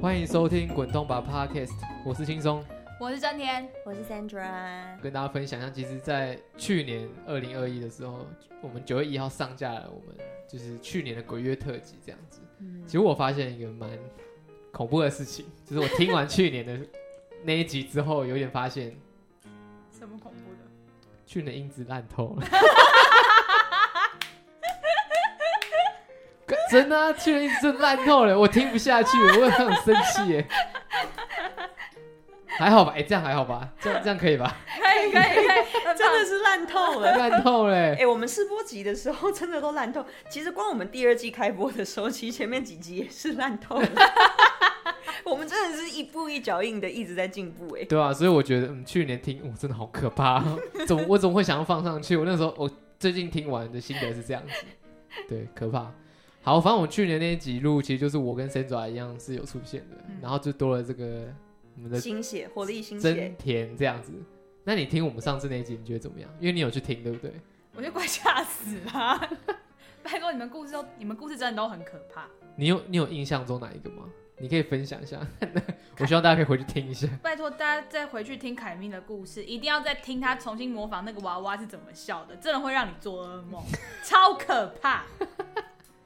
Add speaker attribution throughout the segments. Speaker 1: 欢迎收听《滚动吧 Podcast》，我是轻松，
Speaker 2: 我是真田，
Speaker 3: 我是 Sandra。
Speaker 1: 跟大家分享一下，其实，在去年二零二一的时候，我们九月一号上架了我们就是去年的鬼月特辑这样子。
Speaker 3: 嗯
Speaker 1: 其实我发现一个蛮恐怖的事情，就是我听完去年的那一集之后，有点发现
Speaker 2: 什么恐怖的？
Speaker 1: 去年音质烂透了。真的、啊，去年音质真的烂透了，我听不下去，我也很生气耶。还好吧，哎、这样还好吧，这样这样可以吧？
Speaker 2: 可以可以可以，很棒
Speaker 3: 真的是烂透 了。
Speaker 1: 烂透欸
Speaker 3: 哎、
Speaker 1: 嘞！
Speaker 3: 我们试播集的时候真的都烂透。其实光我们第二季开播的时候，其实前面几集也是 烂透了。我们真的是一步一脚印的一直在进步哎、
Speaker 1: 对啊，所以我觉得，嗯，去年听，我、真的好可怕、哦，怎么我怎么会想要放上去？我那时候，我最近听完的心得是这样子，对，可怕。好，反正我去年那一集录，其实就是我跟 Sandra 一样是有出现的，
Speaker 2: 嗯
Speaker 1: 然后就多了这个我们的
Speaker 3: 新血，活力新血
Speaker 1: 真。田这样子。那你听我们上次那一集，你觉得怎么样？因为你有去听，对不对？
Speaker 2: 我就快吓死了。 拜托，你们故事都，你们故事真的都很可怕。
Speaker 1: 你有你有印象中哪一个吗？你可以分享一下， 我希望大家可以回去听一下。
Speaker 2: 拜托大家再回去听凯明的故事，一定要再听他重新模仿那个娃娃是怎么笑的，真的会让你做噩 梦，超可怕。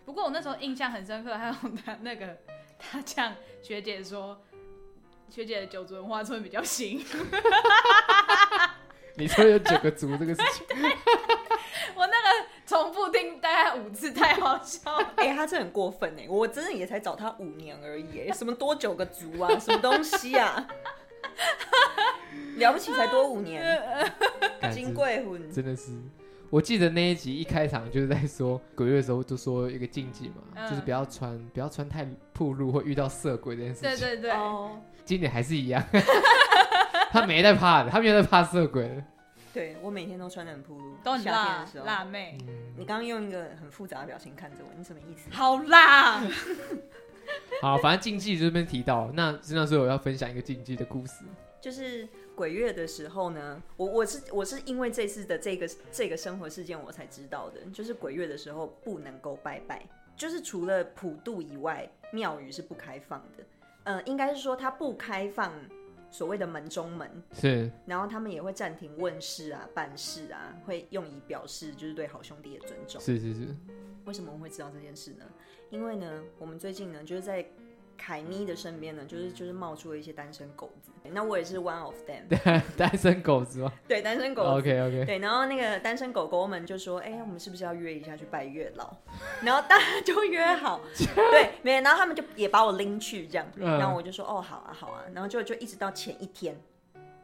Speaker 2: 不过我那时候印象很深刻，还有他那个他向学姐说，学姐的九族文化村比较新，
Speaker 1: 你说有九个族这个事 情，
Speaker 2: 我那个重复听大概五次，太好笑了。
Speaker 3: 哎、他真的很过分哎、我真的也才找他五年而已哎、什么多久个族啊， 什么东 西啊，了不起才多五年，
Speaker 1: 感觉
Speaker 3: 金贵魂。
Speaker 1: 真的是，我记得那一集一开场就是在说鬼月的时候，就说一个禁忌嘛，
Speaker 2: 嗯
Speaker 1: 就是不要穿不要穿太暴露，会遇到色鬼这件事情。
Speaker 2: 对对对，
Speaker 3: 哦，
Speaker 1: 今年还是一样， 他没在怕的，他没有在怕色鬼的。
Speaker 3: 对我每天都穿的很暴露，
Speaker 2: 都很
Speaker 3: 夏天
Speaker 2: 辣
Speaker 3: 的时候。
Speaker 2: 辣妹，
Speaker 1: 嗯，
Speaker 3: 你刚刚用一个很复杂的表情看着我，你什么意思？
Speaker 2: 好辣。
Speaker 1: 好，反正禁忌这边提到，那那时候我要分享一个禁忌的故事。
Speaker 3: 就是鬼月的时候呢，我我是我是因为这次的这个这个生活事件我才知道的，就是鬼月的时候不能够拜拜，就是除了普渡以外，庙宇是不开放的。呃，应该是说它不开放所谓的门中门，
Speaker 1: 是，
Speaker 3: 然后他们也会暂停问事啊、办事啊，会用以表示就是对好兄弟的尊重。
Speaker 1: 是是是，
Speaker 3: 为什么我会知道这件事呢？因为呢，我们最近呢，就是在凯咪的身边呢，就是就是冒出了一些单身狗子。那我也是 one of them，
Speaker 1: 单身狗是吗
Speaker 3: 对，单身狗子。
Speaker 1: ？OK OK，
Speaker 3: 对，然后那个单身狗狗们就说：“哎、我们是不是要约一下去拜月老？” 然后大家就约 好，对，没，然后他们就也把我拎去这样，
Speaker 1: 嗯
Speaker 3: 然后我就说：“哦，好啊，好啊。”然后就就一直到前一天，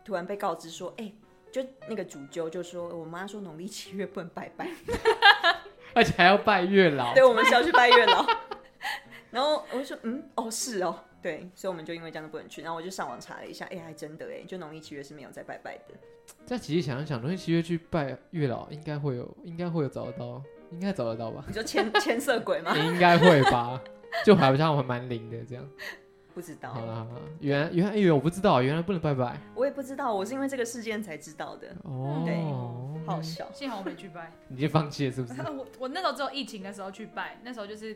Speaker 3: 突然被告知说：“哎、就那个主揪就说，我妈说农历七月不能拜 拜。”
Speaker 1: 而且还要拜月老
Speaker 3: 对，。我们是要去拜 月老。然后我就说，嗯，哦，是哦，对，所以我们就因为这样都不能去。然后我就上网查了一下，哎、还真的哎，就农历七月是没有在拜拜的。
Speaker 1: 但其实想一想，东西七月去拜月老，应该会有，应该会有找得到，应该找得到吧？
Speaker 3: 你说 牵牵色鬼吗？
Speaker 1: 应该会吧？ 就好像我还蛮灵的这样。
Speaker 3: 不知
Speaker 1: 好
Speaker 3: 道，
Speaker 1: 啦好啦，原来原来哎呦，我不知道，原来不能拜拜
Speaker 3: 我也不知道，我是因为这个事件才知道的，
Speaker 1: 哦。
Speaker 3: 好笑。
Speaker 2: 幸好我没去拜，啊
Speaker 1: 你就放弃了是不 是？
Speaker 2: 我我那时候只有疫情的时候去拜，那时候就是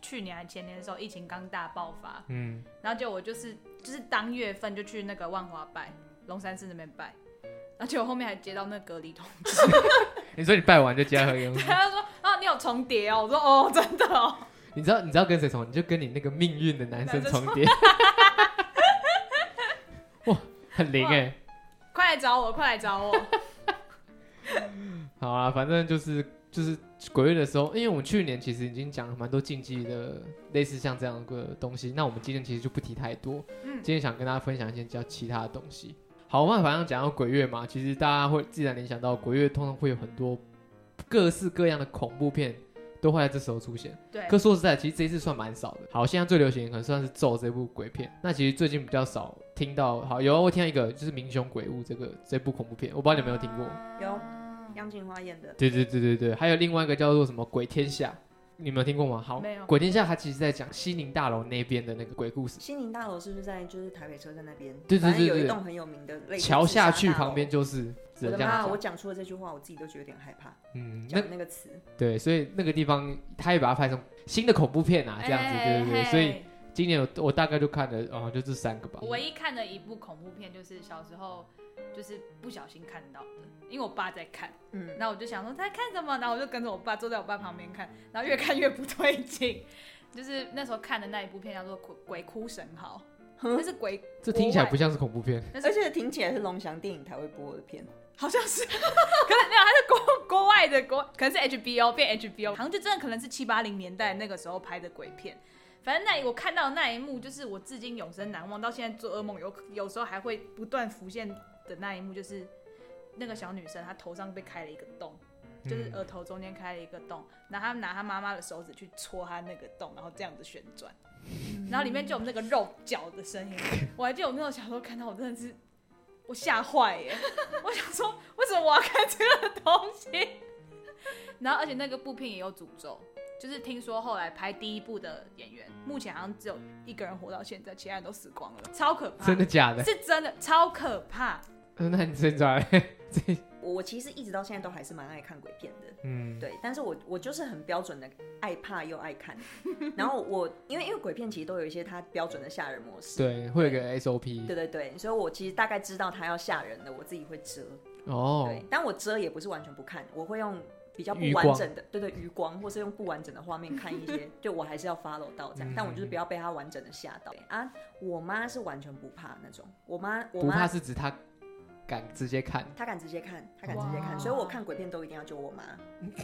Speaker 2: 去年还前年的时候，疫情刚大爆发，
Speaker 1: 嗯，
Speaker 2: 然后就我就是就是当月份就去那个万华拜，龙山寺那边拜，而且我后面还接到那隔 离通知，
Speaker 1: 你说你拜完就加合用，
Speaker 2: 他就说啊你有重叠哦，我说哦真的哦，
Speaker 1: 你知道你知道跟谁重？你就跟你那个命运的男生重 叠。哇，很灵哎、
Speaker 2: 快来找我，快来找我，
Speaker 1: 好啊，反正就是就是鬼月的时候，因为我们去年其实已经讲了蛮多禁忌的，类似像这样的东西。那我们今天其实就不提太多，
Speaker 2: 嗯
Speaker 1: 今天想跟大家分享一些比较其他的东西。好，那反正讲到鬼月嘛，其实大家会自然联想到鬼月，通常会有很多各式各样的恐怖片都会在这时候出现。
Speaker 2: 对
Speaker 1: 可说实在，其实这一次算蛮少的。好，现在最流行可能算是《咒》这部鬼片。那其实最近比较少听到，好有啊我听到一个就是《明雄鬼屋》这个这部恐怖片，我不知道你有没有听过。啊
Speaker 3: 有杨锦花演的，
Speaker 1: 对对对对对，还有另外一个叫做什么《鬼天下》，你们有听过吗？好，
Speaker 2: 没有
Speaker 1: 鬼天下》它其实在讲西宁大楼那边的那个鬼故事，
Speaker 3: 西宁大楼是不是在就是台北车站那边？
Speaker 1: 对对
Speaker 3: 反正
Speaker 1: 对
Speaker 3: 有
Speaker 1: 对
Speaker 3: 一栋很有名的类似
Speaker 1: 桥
Speaker 3: 自
Speaker 1: 下
Speaker 3: 杀
Speaker 1: 去
Speaker 3: 大楼
Speaker 1: 旁边。就是，只
Speaker 3: 我
Speaker 1: 能
Speaker 3: 的
Speaker 1: 这
Speaker 3: 妈！
Speaker 1: 样
Speaker 3: 我
Speaker 1: 讲。
Speaker 3: 讲出了这句话，我自己都觉得有点害怕，
Speaker 1: 嗯，那
Speaker 3: 讲那个词。哎
Speaker 1: 对，所以那个地方他也把它拍成新的恐怖片啊，这样子，对对对，所以今年我我大概就看了，哦、就这三个吧
Speaker 2: 我。唯一看的一部恐怖片就是小时候就是不小心看到的，因为我爸在看，
Speaker 3: 嗯，
Speaker 2: 然后我就想说他在看什么，然后我就跟着我爸坐在我爸旁边看，然后越看越不对劲。就是那时候看的那一部片叫做《鬼鬼哭神嚎》，
Speaker 3: 哼
Speaker 2: 那是鬼，
Speaker 1: 这听起来不像是恐怖片，
Speaker 2: 那是
Speaker 3: 而且听起来是龙翔电影台会播的片，
Speaker 2: 好像是，可能没有，它是国国外的国，可能是 HBO 变 HBO，好像就真的可能是七八零年代那个时候拍的鬼片。反正那一我看到的那一幕，就是我至今永生难忘，到现在做噩梦有有时候还会不断浮现的那一幕，就是那个小女生她头上被开了一个洞，就是
Speaker 1: 嗯
Speaker 2: 额头中间开了一个洞，然后她拿她妈妈的手指去戳她那个洞，然后这样子旋转， 然后里面就有那个肉脚的声音。我还记得我那时候小时候看到，我真的是我吓坏耶！我想说，为什么我要看这个东西？ 然后而且那个部片也有诅咒，就是听说后来拍第一部的演员，目前好像只有一个人活到现在，其他人都死光了，超可
Speaker 3: 啊
Speaker 2: 怕，
Speaker 1: 真的假的？
Speaker 2: 是真的超可怕。
Speaker 1: 嗯那你现在，
Speaker 3: 我我其实一直到现在都还是蛮爱看鬼片的。
Speaker 1: 嗯，
Speaker 3: 对，但是我我就是很标准的爱怕又爱看， 然后我因为因为鬼片其实都有一些它标准的吓人模式，
Speaker 1: 对，会有个 SOP
Speaker 3: 对对对，所以我其实大概知道它要吓人的，我自己会遮，
Speaker 1: 哦，
Speaker 3: 对，但我遮也不是完全不看，我会用比较不
Speaker 1: 余
Speaker 3: 完
Speaker 1: 光
Speaker 3: 整的，对对余光，或是用不完整的画面看一 些，就我还是要 follow 到这
Speaker 1: 嗯
Speaker 3: 样，但我就是不要被它完整的吓到。对啊，我妈是完全不怕那种，我妈我
Speaker 1: 不怕
Speaker 3: 妈
Speaker 1: 是指他敢直接看，
Speaker 3: 她敢直接看，她敢直接
Speaker 2: 哇
Speaker 3: 看，所以我看鬼片都一定要揪我妈。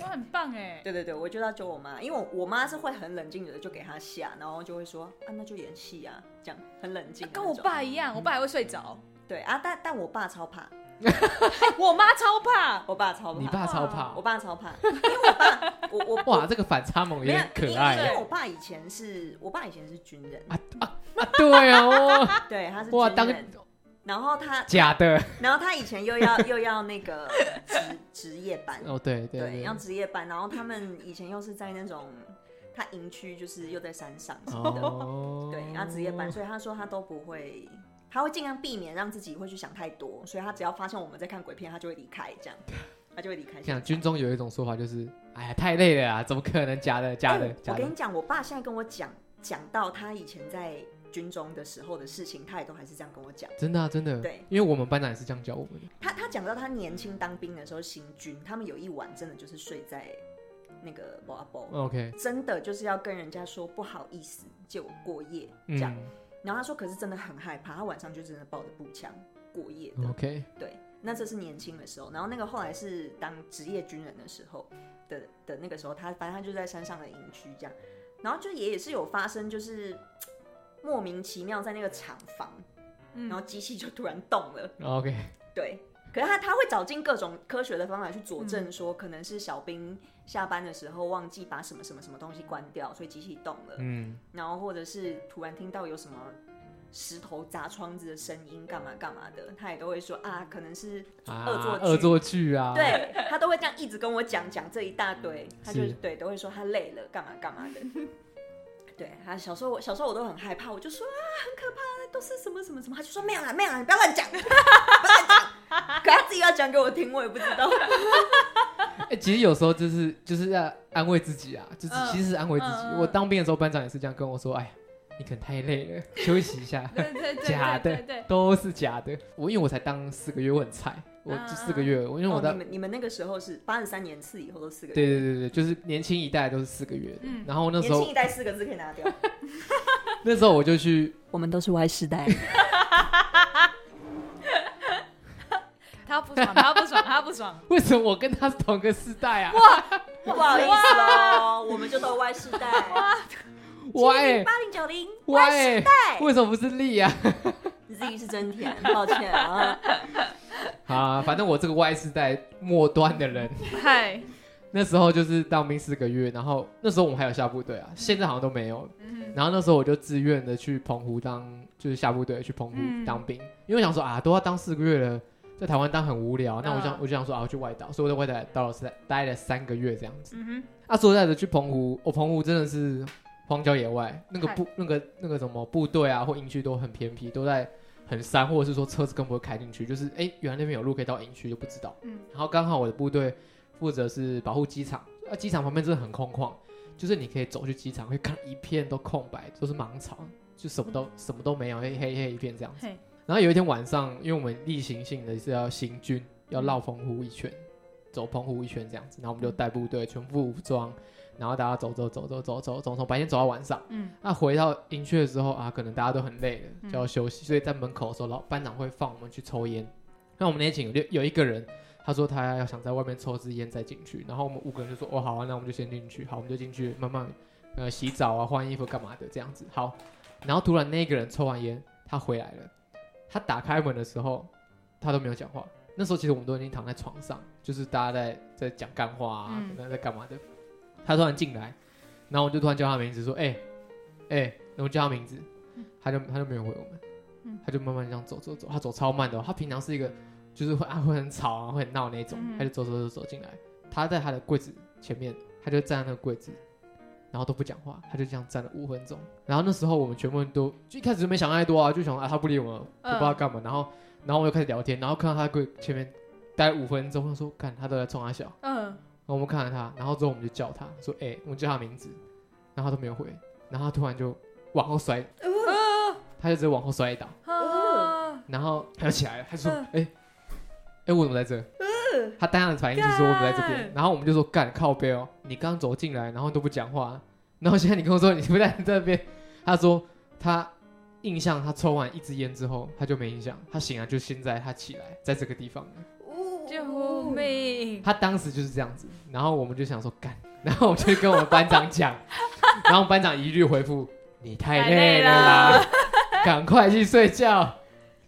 Speaker 2: 我很棒哎，
Speaker 3: 对对对，我就要揪我妈，因为我我妈是会很冷静的，就给她吓，然后就会说啊，那就演戏啊，这样很冷静、
Speaker 2: 啊跟我爸一样，我爸还会睡着，哎
Speaker 3: 对啊，但但我爸超怕，
Speaker 2: 我妈超怕。
Speaker 3: 我爸超
Speaker 1: 你
Speaker 3: 怕，
Speaker 1: 爸哦超怕
Speaker 3: 我，爸超怕，因为我爸我我
Speaker 1: 哇，这个反差萌有
Speaker 3: 没有
Speaker 1: 点可
Speaker 3: 因为因
Speaker 1: 爱
Speaker 3: 为我爸以前是我爸以前是军人，
Speaker 1: 啊，对啊，哇
Speaker 3: 对，他是
Speaker 1: 哇，
Speaker 3: 军
Speaker 1: 当
Speaker 3: 人，
Speaker 2: 嗯
Speaker 3: 然后他
Speaker 1: 假的，
Speaker 3: 然后他以前又要又要那个值值夜班，
Speaker 1: 哦，对对
Speaker 3: 对，
Speaker 1: 对
Speaker 3: 要，值夜班，然后他们以前又是在那种他营区，就是又在山上什么的，
Speaker 1: 哦
Speaker 3: 对，要值夜班，所以他说他都不会，他会尽量避免让自己会去想太多，所以他只要发现我们在看鬼片，他就会离开，这样，他就会离开。
Speaker 1: 像啊军中有一种说法就是，哎呀，太累了啊，怎么可能假的假的
Speaker 3: 哎
Speaker 1: 假
Speaker 3: 我跟
Speaker 1: 的
Speaker 3: 你？讲，我爸现在跟我讲讲到他以前在军中的时候的事情，他也都还是这样跟我讲。
Speaker 1: 真的啊，真的，
Speaker 3: 对，
Speaker 1: 因为我们班长也是这样教我们的，
Speaker 3: 他他讲到他年轻当兵的时候行军，他们有一晚真的就是睡在那个 b 包，
Speaker 1: OK，
Speaker 3: 真的就是要跟人家说不好意思借我过夜这样。
Speaker 1: 嗯
Speaker 3: 然后他说，可是真的很害怕，他晚上就真的抱着步枪过夜的。
Speaker 1: ，OK，
Speaker 3: 对，那这是年轻的时候，然后那个后来是当职业军人的时候的的那个时候，他反正他就在山上的营区这样，然后就也也是有发生，就是嘖莫名其妙在那个厂房，
Speaker 2: 嗯
Speaker 3: 然后机器就突然动了，
Speaker 1: OK，
Speaker 3: 对。可是他他会找尽各种科学的方法去佐
Speaker 1: 嗯
Speaker 3: 证，说可能是小兵下班的时候忘记把什么什么什么东西关掉，所以机器动了。
Speaker 1: 嗯，
Speaker 3: 然后或者是突然听到有什么石头砸窗子的声音，干嘛干嘛的，他也都会说啊，可能是
Speaker 1: 啊，
Speaker 3: 恶作剧。
Speaker 1: 恶作剧啊，，
Speaker 3: 对他都会这样一直跟我讲讲这一大堆，他就是对都会说他累了，干嘛干嘛的。 对他小时候我小时候我都很害怕，我就说啊很可怕，都是什么什么什么，他就说没有啦没有啦，你不要乱讲， 不要乱讲。 可他自己要讲给我听，我也不知道。
Speaker 1: 哎，其实有时候就是就是要安慰自己啊，就是
Speaker 2: 嗯
Speaker 1: 其实是安慰自己
Speaker 2: 嗯。嗯，
Speaker 1: 我当兵的时候，班长也是这样跟我说，哎呀，你可能太累 了，休息一下
Speaker 2: 对对对
Speaker 1: 假
Speaker 2: 对
Speaker 1: 的
Speaker 2: 对对，
Speaker 1: 都是假的。我因为我才当四个月，我很菜，我
Speaker 3: 啊
Speaker 2: 嗯嗯
Speaker 1: 就四个月，我因为我
Speaker 3: 哦、
Speaker 1: 在
Speaker 3: 你们你们那个时候是八十三年次以后都四个
Speaker 1: 对
Speaker 3: 月，
Speaker 1: 对对对，就是年轻一代都是四个月的
Speaker 2: 嗯
Speaker 1: 然后那时
Speaker 3: 年轻
Speaker 1: 候
Speaker 3: 一代四个字可以拿掉。
Speaker 1: 那时候我就去，
Speaker 3: 我们都是 Y 世代。
Speaker 2: 他不爽，他不爽，他不爽。
Speaker 1: 为什么我跟他是同个世代啊？
Speaker 3: 不好意思哦，我们就都 Y 世代，
Speaker 1: 我哎
Speaker 3: 八零九零
Speaker 1: 我
Speaker 3: Y 世
Speaker 1: 哎，为什么不是力啊？
Speaker 3: 代，己是真甜，抱歉啊。
Speaker 1: 啊，反正我这个 Y 世代末端的人，
Speaker 2: 嗨，
Speaker 1: 那时候就是当兵四个月，然后那时候我们还有下部队啊，现在好像都没有了。
Speaker 2: 嗯
Speaker 1: 然后那时候我就自愿的去澎湖当，就是下部队去澎湖
Speaker 2: 嗯
Speaker 1: 当兵，因为我想说啊，都要当四个月了，在台湾当很无聊，那我想、
Speaker 2: 嗯
Speaker 1: 我就想说啊，我去外岛，所以我在外岛待了三待了三个月这样子。
Speaker 2: 嗯哼。
Speaker 1: 啊，说实在的，去澎湖，我、澎湖真的是荒郊野外，那个
Speaker 2: 嗨
Speaker 1: 部那个那个什么部队啊或营区都很偏僻，都在很山，或者是说车子根本不会开进去，就是哎、原来那边有路可以到营区就不知道。
Speaker 2: 嗯
Speaker 1: 然后刚好我的部队负责是保护机场，啊，机场旁边真的很空旷，就是你可以走去机场，会看一片都空白，都是芒草，就什么
Speaker 2: 嗯
Speaker 1: 都什么都没有，黑黑黑一片这样子。
Speaker 2: 嘿，
Speaker 1: 然后有一天晚上，因为我们例行性的是要行军，要绕澎湖一圈，
Speaker 2: 嗯
Speaker 1: 走澎湖一圈这样子。然后我们就带部队，全副武装，然后大家走走走走走走走，从白天走到晚上。
Speaker 2: 嗯，
Speaker 1: 那、回到营区的时候啊，可能大家都很累了，
Speaker 2: 嗯
Speaker 1: 就要休息。所以在门口的时候，老班长会放我们去抽烟。那我们那一寝有六有一个人，他说他要想在外面抽支烟再进去。然后我们五个人就说：“哦，好啊，那我们就先进去。”好，我们就进去，慢慢呃洗澡啊、换衣服干嘛的这样子。好，然后突然那个人抽完烟，他回来了。他打开门的时候，他都没有讲话。那时候其实我们都已经躺在床上，就是大家在在讲干话啊，
Speaker 2: 嗯
Speaker 1: 可能在干嘛的。他突然进来，然后我就突然叫他名字，说：“哎、哎、然后我叫他名字，他就他就没有回我们，
Speaker 2: 嗯
Speaker 1: 他就慢慢这样走走走，他走超慢的哦、他平常是一个就是会啊会很吵啊会很闹那种，
Speaker 2: 嗯
Speaker 1: 他就走走走走进来，他在他的柜子前面，他就站在那个柜子，然后都不讲话，他就这样站了五分钟，然后那时候我们全部人都就一开始没想太多啊，就想啊他不理我们，不
Speaker 2: 嗯
Speaker 1: 知道干嘛，然后然后我就开始聊天，然后看到他在柜前面待五分钟，他说看他都在冲他笑，
Speaker 2: 嗯，
Speaker 1: 然后我们看着他，然后之后我们就叫他说：“哎、我们叫他名字。”然后他都没有回，然后他突然就往后摔，他就直接往后摔倒，
Speaker 2: 啊，
Speaker 1: 然后他就起来了，他就说：“哎
Speaker 2: 嗯
Speaker 1: 哎、我怎么在这？”他当下的反应就是说我们在这边，
Speaker 2: 干
Speaker 1: 然后我们就说：“干靠背哦，你刚走进来，然后都不讲话，然后现在你跟我说你不在这边。”他说他印象他抽完一支烟之后他就没印象，他醒来就现在他起来在这个地方了。
Speaker 2: 救命！
Speaker 1: 他当时就是这样子，然后我们就想说干，然后我就跟我们班长 讲，然后班长一律回复你太累了啦，赶快去睡觉，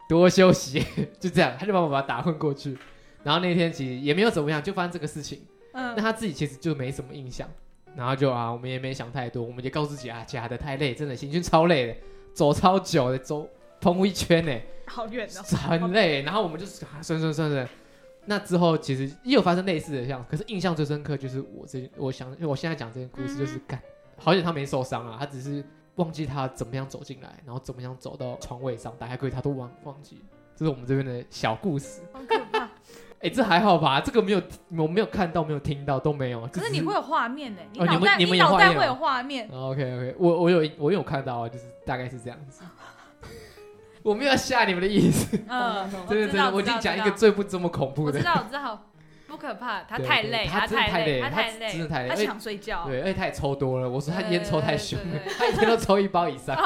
Speaker 1: 多休息，就这样，他就把我把他打昏过去。然后那天其实也没有怎么样，就发生这个事情，那
Speaker 2: 嗯，
Speaker 1: 他自己其实就没什么印象，然后就啊，我们也没想太多，我们就告诉自己啊，假的太累，真的行军超累的，走超久的，走澎湖一圈呢、
Speaker 2: 好远哦。
Speaker 1: 很累。然后我们就是啊，算算算算。那之后其实也有发生类似的像，可是印象最深刻就是我这我想我现在讲这件故事就是
Speaker 2: 嗯
Speaker 1: 干、好险他没受伤啊，他只是忘记他怎么样走进来，然后怎么样走到床位上，打开柜他都忘忘记了。这是我们这边的小故事，
Speaker 2: 好可怕！
Speaker 1: 哎、这还好吧？这个没有，我没有看到，没有听到，都没有。这
Speaker 2: 可是
Speaker 1: 只
Speaker 2: 你会有画面呢，
Speaker 1: 哦你
Speaker 2: 脑
Speaker 1: 们
Speaker 2: 袋
Speaker 1: 你们有
Speaker 2: 脑
Speaker 1: 画
Speaker 2: 袋
Speaker 1: 面
Speaker 2: 会
Speaker 1: 哦
Speaker 2: 有画面，
Speaker 1: OK OK，我我有我有看到啊，就是大概是这样 子。我没有吓你们的意思，
Speaker 2: 嗯，
Speaker 1: 真的
Speaker 2: 知
Speaker 1: 真
Speaker 2: 道
Speaker 1: 的，我已
Speaker 2: 知道
Speaker 1: 经讲一
Speaker 2: 知
Speaker 1: 个
Speaker 2: 道
Speaker 1: 最不这么恐怖
Speaker 2: 我
Speaker 1: 的
Speaker 2: 知。道我知道，不可怕，他
Speaker 1: 对
Speaker 2: 太
Speaker 1: 对
Speaker 2: 累，
Speaker 1: 他真的太
Speaker 2: 太
Speaker 1: 累
Speaker 2: 他
Speaker 1: 他
Speaker 2: 太
Speaker 1: 真的太累
Speaker 2: 他
Speaker 1: 而且
Speaker 2: 想睡觉，
Speaker 1: 对，而且他也抽多了。我说他
Speaker 2: 对
Speaker 1: 烟抽太
Speaker 2: 对
Speaker 1: 凶
Speaker 2: 哦对
Speaker 1: 了，
Speaker 2: 对
Speaker 1: 他一天都抽一包以上，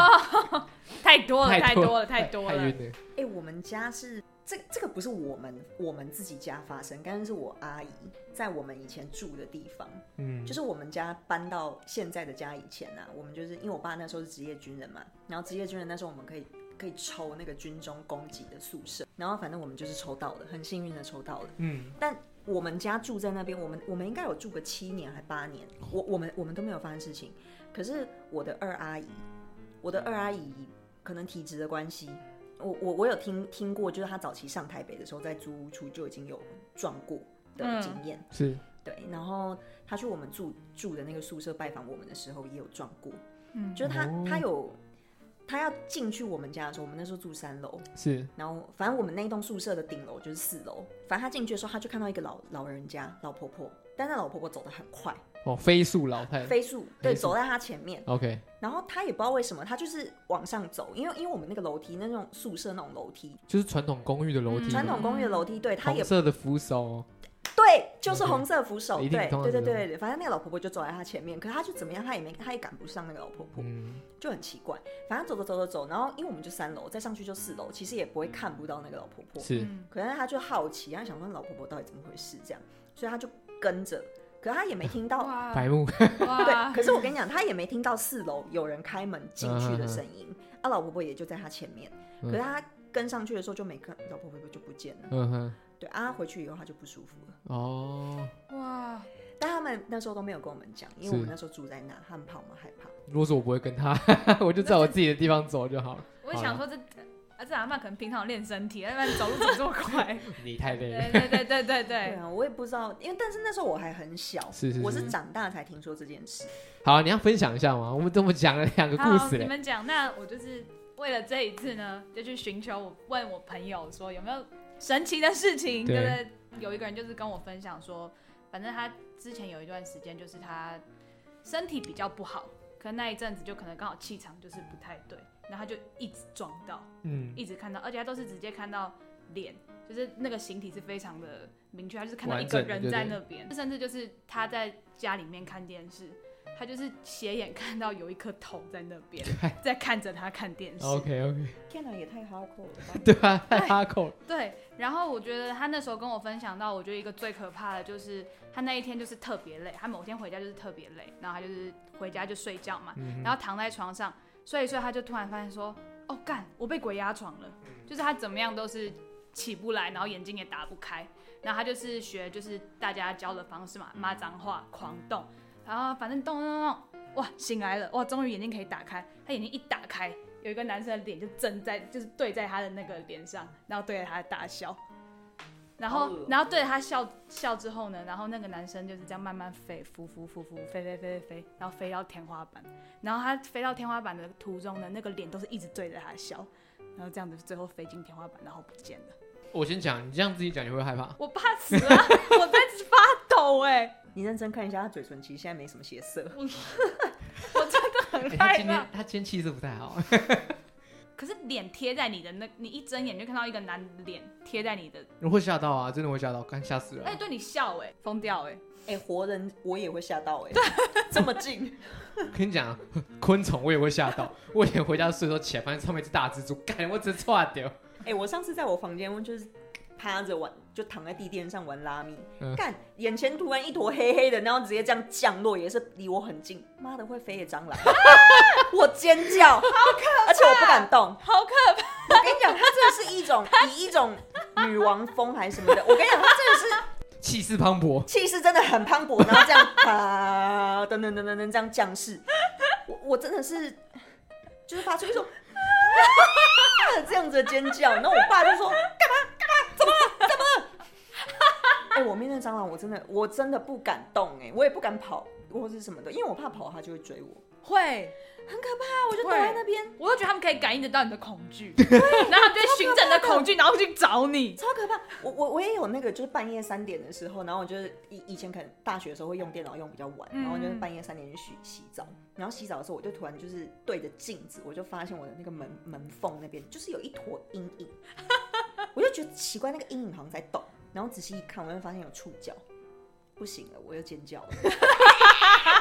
Speaker 2: 太多了，
Speaker 1: 太
Speaker 2: 太
Speaker 1: 多
Speaker 2: 多了，太多
Speaker 1: 太
Speaker 2: 了，
Speaker 1: 晕了。
Speaker 3: 哎、我们家是这这个不是我们我们自己家发生，刚刚是我阿姨在我们以前住的地方，
Speaker 1: 嗯，
Speaker 3: 就是我们家搬到现在的家以前啊，我们就是因为我爸那时候是职业军人嘛，然后职业军人那时候我们可以可以抽那个军中供给的宿舍，然后反正我们就是抽到了，很幸运的抽到了。
Speaker 1: 嗯，
Speaker 3: 我们家住在那边，我们我们应该有住个七年还八年，我我们我们都没有发生事情。可是我的二阿姨，我的二阿姨可能体质的关系，我我我有听听过，就是她早期上台北的时候，在租屋处就已经有撞过的经验。
Speaker 1: 是
Speaker 3: 对，然后她去我们住住的那个宿舍拜访我们的时候，也有撞过。
Speaker 2: 嗯
Speaker 3: 就是她
Speaker 1: 哦
Speaker 3: 她有她要进去我们家的时候，我们那时候住三楼，
Speaker 1: 是，
Speaker 3: 然后反正我们那一栋宿舍的顶楼就是四楼，反正他进去的时候，他就看到一个老老人家老婆婆，但那老婆婆走得很快，
Speaker 1: 哦，飞速老太。
Speaker 3: 飞速对
Speaker 1: 飞速
Speaker 3: 走在他前面，
Speaker 1: OK，
Speaker 3: 然后他也不知道为什么，他就是往上走，因为因为我们那个楼梯那种宿舍那种楼梯，
Speaker 1: 就是传统公寓的楼梯
Speaker 2: 嗯
Speaker 1: 嘛，
Speaker 3: 传统公寓的楼梯，对他也
Speaker 1: 红色的扶手，哦
Speaker 3: 对，就是
Speaker 1: 嗯
Speaker 3: 红色扶手，
Speaker 1: 一
Speaker 3: 对
Speaker 1: 定
Speaker 3: 对
Speaker 1: 通常
Speaker 3: 对
Speaker 1: 是
Speaker 3: 对对，反正那个老婆婆就走在他前面，可是他就怎么样，他也没他也赶不上那个老婆婆，
Speaker 1: 嗯，
Speaker 3: 就很奇怪，反正走走走走走，然后因为我们就三楼，再上去就四楼，其实也不会看不到那个老婆婆，
Speaker 1: 是，
Speaker 2: 嗯
Speaker 3: 可能他就好奇，他想问老婆婆到底怎么回事，这样，所以他就跟着，可他也没听
Speaker 2: 哦
Speaker 3: 到。
Speaker 1: 白目，
Speaker 2: 哇
Speaker 3: 对，， 可是我跟你讲，他也没听到四楼有人开门进去的声音，啊，老婆婆也就在他前面，
Speaker 1: 嗯
Speaker 3: 可是他跟上去的时候就没看，老婆婆就不见了。
Speaker 1: 嗯哼，
Speaker 3: 对啊，他回去以后他就不舒服了，
Speaker 1: 哦，
Speaker 2: 哇，
Speaker 3: 但他们那时候都没有跟我们讲，因为
Speaker 1: 是
Speaker 3: 我们那时候住在那，他们怕我们害怕。
Speaker 1: 如果是我不会跟他， 我就在我自己的地方走就好了。
Speaker 2: 我也想说这啊这阿嬷可能平常有练身体，要不然走路怎么这么 快？
Speaker 1: 你太累了，
Speaker 2: 对对对对对
Speaker 3: 对
Speaker 2: 对，
Speaker 3: 啊，我也不知道，因为但是那时候我还很小，
Speaker 1: 哎是是
Speaker 3: 我
Speaker 1: 是
Speaker 3: 是长大才听说这件事。
Speaker 1: 好，你要分享一下吗？我们这么讲了两个故
Speaker 2: 好，
Speaker 1: 事欸
Speaker 2: 你
Speaker 1: 嘞，
Speaker 2: 们讲，那我就是为了这一次呢，就去寻求我问我朋友说有没有神奇的事情，
Speaker 1: 对
Speaker 2: 对不对？有一个人就是跟我分享说，反正他之前有一段时间就是他身体比较不好，可能那一阵子就可能刚好气场就是不太对，然后他就一直撞到，
Speaker 1: 嗯，
Speaker 2: 一直看到，而且他都是直接看到脸，就是那个形体是非常的明确，他就是看到一
Speaker 1: 完
Speaker 2: 个
Speaker 1: 整的
Speaker 2: 人
Speaker 1: 对
Speaker 2: 在
Speaker 1: 不对
Speaker 2: 那边，甚至就是他在家里面看电视，他就是斜眼看到有一颗头在那边在看着他看电视。
Speaker 1: OK OK，
Speaker 3: 天哪，也太 hardcore 了吧！
Speaker 1: 对啊，太哈扣了，
Speaker 2: 对，然后我觉得他那时候跟我分享到，我觉得一个最可怕的就是他那一天就是特别累，他某天回家就是特别累，然后他就是回家就睡觉嘛，
Speaker 1: 嗯哼
Speaker 2: 然后躺在床上，所以说他就突然发现说，哦干，我被鬼压床了，
Speaker 1: 嗯
Speaker 2: 就是他怎么样都是起不来，然后眼睛也打不开，然后他就是学就是大家教的方式
Speaker 3: 嗯
Speaker 2: 嘛，骂脏话，狂动，然后反正动动动动，哇醒来了，哇终于眼睛可以打开，他眼睛一打开。有一个男生的脸就正在就是对在他的那个脸上，然后对着他大笑，然
Speaker 3: 好恶
Speaker 2: 后
Speaker 3: 哦
Speaker 2: 然后对着他笑笑之后呢，然后那个男生就是这样慢慢飞，浮浮浮浮飞飞飞飞飞，然后飞到天花板，然后他飞到天花板的途中呢，那个脸都是一直对着他笑，然后这样子最后飞进天花板，然后不见了，
Speaker 1: 我先讲，你这样自己讲你会害 怕。
Speaker 2: 我怕死了， 我在发抖哎、
Speaker 3: 你认真看一下，他嘴唇其实现在没什么血色。
Speaker 2: 我真的很
Speaker 1: 哎他
Speaker 2: 害
Speaker 1: 今
Speaker 2: 怕
Speaker 1: 天。他今天气色不太好，
Speaker 2: 可是脸贴在你的那，你一睁眼就看到一个男的脸贴在你的，
Speaker 1: 我会吓到啊，真的会吓到，刚吓死啊了
Speaker 2: 而且。对你笑哎、疯掉哎、
Speaker 3: 哎、活人我也会吓到哎、 这么近，
Speaker 1: 跟你讲啊，昆虫我也会吓到，我以前回家睡的时候起来，发现上面一只大蜘蛛，干，我直接窜掉。
Speaker 3: 哎、我上次在我房间就是趴着玩，就躺在地垫上玩拉米
Speaker 1: 嗯，
Speaker 3: 干、眼前突然一坨黑黑的，然后直接这样降落，也是离我很近，妈的会飞的蟑螂， 我尖叫，好可怕，而且我不敢动，
Speaker 2: 好可怕！
Speaker 3: 我跟你讲，它真的是一 种以一种女王风还是什么的，我跟你讲，它真的是
Speaker 1: 气势磅 礴，
Speaker 3: 气势真的很磅礴，然后这样啊，噔噔噔噔噔这样降势，我我真的是就是发出一种啊这样子的尖叫，然后我爸就说干嘛干嘛怎么了怎么了？哎、我面对蟑螂，我真的我真的不敢动、哎，我也不敢跑或是什么的，因为我怕跑它就会追我，
Speaker 2: 会，
Speaker 3: 很可怕，啊我就躲在那边，
Speaker 2: 我都觉得他们可以感应得到你的恐 惧，然后他们就会循着你的恐惧，然后去找你。
Speaker 3: 超可怕。我我我也有那个，就是半夜三点的时候，然后我就是以以前可能大学的时候会用电脑用比较晚，
Speaker 2: 嗯
Speaker 3: 然后就是半夜三点去洗洗澡，然后洗澡的时候我就突然就是对着镜子，我就发现我的那个门门缝那边就是有一坨阴影， 我就觉得奇怪，那个阴影好像在动，然后仔细一看，我就发现有触角。不行了，我又尖叫了，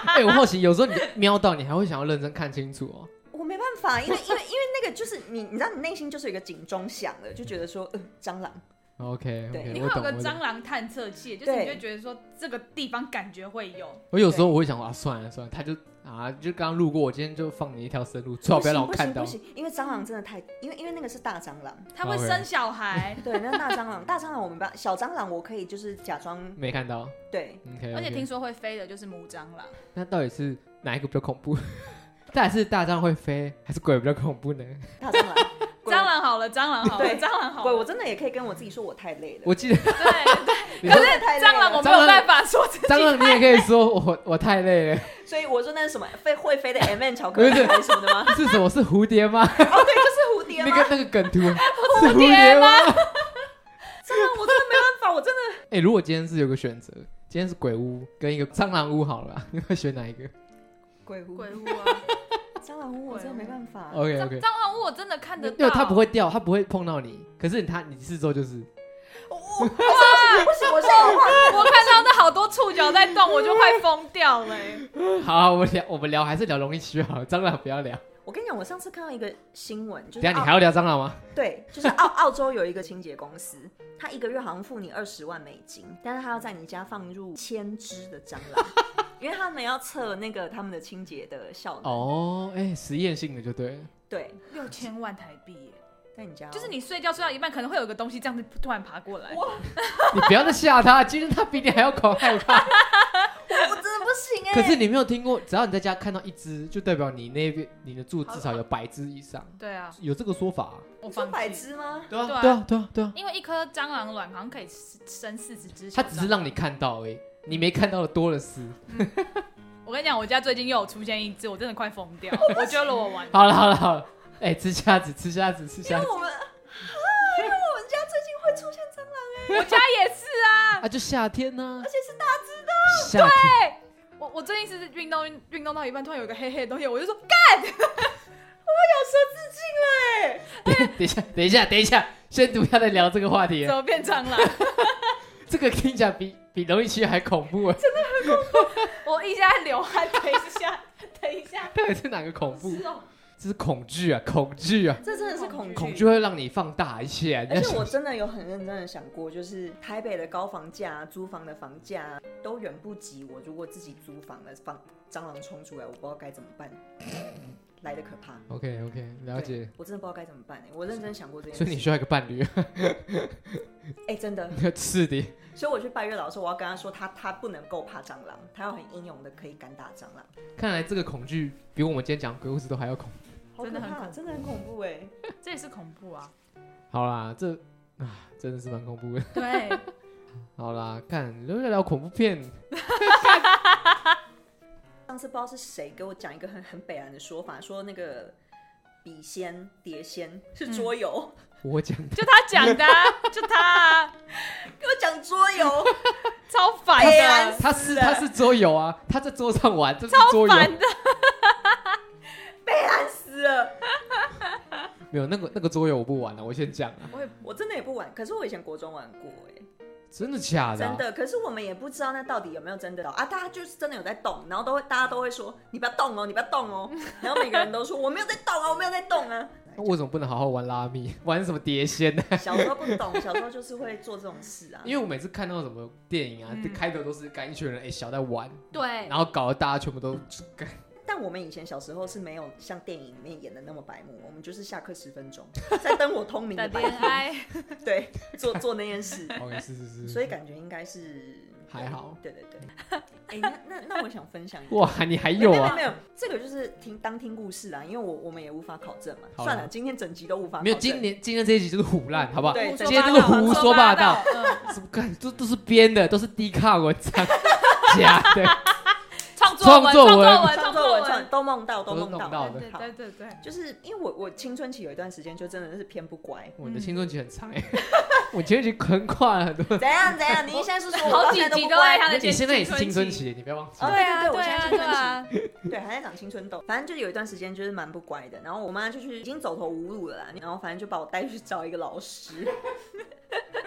Speaker 1: 哎、我好奇，有时候你瞄到，你还会想要认真看清楚哦。
Speaker 3: 我没办法，因为因为因为那个就是你，你知道你内心就是有一个警钟响了，就觉得说，呃，蟑螂，
Speaker 1: OK
Speaker 3: 对
Speaker 1: OK，
Speaker 2: 你
Speaker 1: 我
Speaker 2: 会有
Speaker 1: 懂。
Speaker 2: 个
Speaker 1: 我
Speaker 2: 蟑
Speaker 1: 懂。
Speaker 2: 螂探测器，就是你
Speaker 3: 对
Speaker 2: 会觉得说这个地方感觉会有，
Speaker 1: 我有时候我会想说啊，算了算了，他就啊，就刚刚路过，我今天就放你一条生路，最好啊要让我看到
Speaker 3: 不。行不行，不行因为蟑螂真的太，因为因为那个是大蟑螂，
Speaker 2: 它会
Speaker 1: OK
Speaker 2: 生 小孩，
Speaker 3: 对，那大蟑螂，大蟑螂我们把小蟑螂我可以就是假装
Speaker 1: 没看到
Speaker 3: 对，
Speaker 1: ，OK,
Speaker 2: 而且听说会飞的就是母蟑螂。，
Speaker 1: 那到底是哪一个比较恐怖？ 到底是大蟑螂会飞，还是鬼比较恐怖呢？
Speaker 3: 大蟑螂
Speaker 2: 蟑螂好了，蟑螂好了，
Speaker 3: 对
Speaker 2: 蟑螂
Speaker 3: 鬼，
Speaker 2: 好
Speaker 3: 鬼
Speaker 2: 了。
Speaker 3: 我真的也可以跟我自己说我太累了，
Speaker 1: 我记得
Speaker 2: 对，
Speaker 1: 你
Speaker 3: 可
Speaker 1: 说
Speaker 3: 是太累
Speaker 2: 蟑螂
Speaker 3: 了
Speaker 2: 我没有办法说自己
Speaker 1: 蟑螂，你也可以说我我太累了，
Speaker 3: 所以我说那是什么飞会飞的 M N 巧克力
Speaker 1: 不是
Speaker 3: 还是什么 的吗？
Speaker 1: 是什么？是蝴蝶吗？
Speaker 3: 哦，对，就是蝴蝶
Speaker 1: 那
Speaker 3: 吗？
Speaker 1: 个那个梗 图是
Speaker 2: 蝴蝶
Speaker 1: 吗？
Speaker 3: 蟑螂我真的没办法，我真 的
Speaker 1: 哎、如果今天是有个选择，今天是鬼屋跟一个蟑螂屋好了 啊，你会选哪一个
Speaker 3: 鬼屋
Speaker 2: 鬼屋啊，
Speaker 3: 蟑螂屋，我真的没办法。
Speaker 1: ？OK
Speaker 2: 蟑
Speaker 1: OK，
Speaker 2: 蟑螂屋我真的看得到，
Speaker 1: 因为它不会掉，它不会碰到你，可是它你四周就是。
Speaker 3: 我我哦不行不行，我现在有画 面
Speaker 2: 我看到那好多触角在动，我就快疯掉了欸。
Speaker 1: 好，啊我们聊我们聊还是聊容易区好了，蟑螂不要聊。
Speaker 3: 我跟你讲，我上次看到一个新闻，就
Speaker 1: 等
Speaker 3: 是
Speaker 1: 一下你
Speaker 3: 澳
Speaker 1: 还要聊蟑螂吗？
Speaker 3: 对，就是澳澳洲有一个清洁公司，他一个月好像付你二十万美金，但是他要在你家放入千只的蟑螂，因为他们要测那个他们的清洁的效能。
Speaker 1: 哦，哎、实验性的就对了。
Speaker 3: 对，
Speaker 2: 六千万台币耶，
Speaker 3: 在你家哦、
Speaker 2: 就是你睡觉睡到一半，可能会有个东西这样子突然爬过来。
Speaker 1: 你不要再吓它，今天它比你还要恐害
Speaker 2: 哎
Speaker 1: 怕。
Speaker 3: 我真的不行哎、
Speaker 1: 可是你没有听过，只要你在家看到一只，就代表你那边你的住至少有百只以上，
Speaker 2: 对啊，
Speaker 1: 有这个说法啊、
Speaker 2: 我
Speaker 3: 你说
Speaker 2: 放
Speaker 3: 百只吗？
Speaker 1: 对啊，
Speaker 2: 对啊
Speaker 1: 对啊，对啊，对啊。
Speaker 2: 因为一颗蟑螂卵好像可以生四十只小
Speaker 1: 它
Speaker 2: 蟑螂。
Speaker 1: 只是让你看到而已，你没看到的多了是。
Speaker 2: 我跟你讲，我家最近又有出现一只，我真的快疯 掉，我觉得我完。
Speaker 1: 好了好了好了，哎、吃虾子吃虾子吃
Speaker 3: 因
Speaker 1: 虾
Speaker 3: 为
Speaker 1: 子
Speaker 3: 我们啊，因为我们家最近会出现蟑螂，欸
Speaker 2: 我家也是啊，
Speaker 1: 啊，就夏天呢、
Speaker 3: 而且是大只的。
Speaker 1: 夏天
Speaker 2: 我我最近是运动运动到一半，突然有一个黑黑的东西，我就说干， 我有说自尽了、欸
Speaker 1: 等一下，等一下，等一下，先不要再聊这个话题了
Speaker 2: 欸，怎。么变蟑螂？
Speaker 1: 这个听起来比比容易区还恐怖哎，
Speaker 2: 我一下流汗，等一 下，等一下，
Speaker 1: 到底是哪个恐怖？
Speaker 2: 是哦，
Speaker 1: 这是恐惧啊，恐惧啊，
Speaker 3: 这真的是恐惧。
Speaker 1: 恐惧会让你放大一切、啊。你
Speaker 3: 而
Speaker 1: 要
Speaker 3: 且
Speaker 1: 想
Speaker 3: 我真的有很认真的想过，就是台北的高房价、租房的房价都远不及我如果自己租房的房蟑螂冲出来，我不知道该怎么 办，来的可怕。
Speaker 1: OK OK，了解。
Speaker 3: 我真的不知道该怎么办、欸、我认真想过这件
Speaker 1: 所
Speaker 3: 事
Speaker 1: 以你
Speaker 3: 情。
Speaker 1: 需要一个伴侣，啊
Speaker 3: 哎、真的，
Speaker 1: 是的。
Speaker 3: 所以我去拜月老的时候，我要跟他说他，他不能够怕蟑螂，他要很英勇的可以敢打蟑螂，
Speaker 1: 看来这个恐惧比我们今天讲的鬼故事都还要恐怖。
Speaker 3: 好可
Speaker 2: 真的很
Speaker 3: 怕
Speaker 2: 恐怖
Speaker 3: 真的很恐怖哎、
Speaker 2: 这也是恐怖啊。
Speaker 1: 好啦，这啊真的是蛮恐怖的。
Speaker 2: 对，
Speaker 1: 好啦，看你都在聊恐怖片，
Speaker 3: 上次不知道是谁给我讲一个很很北然的说法，说那个笔仙、碟仙是桌游，
Speaker 1: 我讲
Speaker 2: 就他讲的啊、就他啊、
Speaker 3: 给我讲桌游，
Speaker 2: 超烦
Speaker 3: 北
Speaker 2: 的
Speaker 3: 兰是，
Speaker 1: 他是他是桌游啊，他在桌上玩，这是
Speaker 2: 超
Speaker 1: 桌游。
Speaker 2: 烦的。
Speaker 3: 烦死了！
Speaker 1: 没有那个那个桌游我不玩了，我先讲啊，
Speaker 2: 我也
Speaker 3: 我真的也不玩，可是我以前国中玩过哎、
Speaker 1: 真的假的、啊？
Speaker 3: 真的，可是我们也不知道那到底有没有真的到啊！大家就是真的有在动，然后都会大家都会说你不要动哦，你不要动 哦，然后每个人都说我没有在动啊，我没有在动啊。
Speaker 1: 那为什么不能好好玩拉米， 玩什么碟仙呢、
Speaker 3: 小时候不懂，小时候就是会做这种事啊。
Speaker 1: 因为我每次看到什么电影啊，
Speaker 2: 嗯哎
Speaker 1: 这开头都是干一群人哎、小在玩，
Speaker 2: 对
Speaker 1: 然后搞得大家全部都
Speaker 3: 但我们以前小时候是没有像电影里面演的那么白目，我们就是下课十分钟在灯火通明
Speaker 2: 的
Speaker 3: 的白
Speaker 2: 恋
Speaker 3: 目，
Speaker 2: 爱，
Speaker 3: 对，做做那件事，
Speaker 1: OK 哦是是是，
Speaker 3: 所以感觉应该是
Speaker 1: 还好。
Speaker 3: 对对对， 哎、那那那我想分享一 个。
Speaker 1: 哇，你还有
Speaker 3: 没
Speaker 1: 啊？
Speaker 3: 没有，没有这个就是听当听故事啦，因为我我们也无法考证嘛。
Speaker 1: 好啦
Speaker 3: 算了，今天整集都无法考证。
Speaker 1: 没有，今年今天这一集就是胡
Speaker 2: 哦
Speaker 1: 乱，好不好？
Speaker 3: 对
Speaker 2: 胡说
Speaker 3: 今天
Speaker 2: 八
Speaker 3: 就是
Speaker 2: 道
Speaker 1: 胡说八道。
Speaker 2: 嗯
Speaker 1: 什么干？这都是编的，都是低卡文章，假的。
Speaker 2: 创作
Speaker 1: 创
Speaker 2: 文，
Speaker 1: 作文
Speaker 2: 创作文，
Speaker 3: 创
Speaker 2: 创
Speaker 3: 作
Speaker 2: 作
Speaker 3: 文创
Speaker 2: 文，
Speaker 3: 都梦到，都梦
Speaker 1: 都是梦
Speaker 3: 到
Speaker 1: 到。
Speaker 2: 对对对对对，
Speaker 3: 就是因为我我青春期有一段时间就真的是偏不
Speaker 1: ，
Speaker 3: 乖
Speaker 1: 我的青春期很长哎、我青春期横跨了很多。
Speaker 3: 怎样怎样？你现在是说我
Speaker 2: 好
Speaker 3: 到
Speaker 2: 几
Speaker 3: 现在
Speaker 2: 集
Speaker 3: 不
Speaker 2: 都在
Speaker 3: 乖？
Speaker 2: 他的
Speaker 1: 你现在也是青春
Speaker 2: 春，
Speaker 1: 期，你不要忘记。
Speaker 3: 哦
Speaker 2: 对啊
Speaker 3: 对对对我
Speaker 2: 对
Speaker 3: 现
Speaker 2: 啊
Speaker 3: 在
Speaker 2: 对
Speaker 3: 青春期
Speaker 2: 啊，
Speaker 3: 对，还在长青春痘。反正就是有一段时间就是蛮不乖的，然后我妈就是已经走投无路了啦，然后反正就把我带去找一个老师。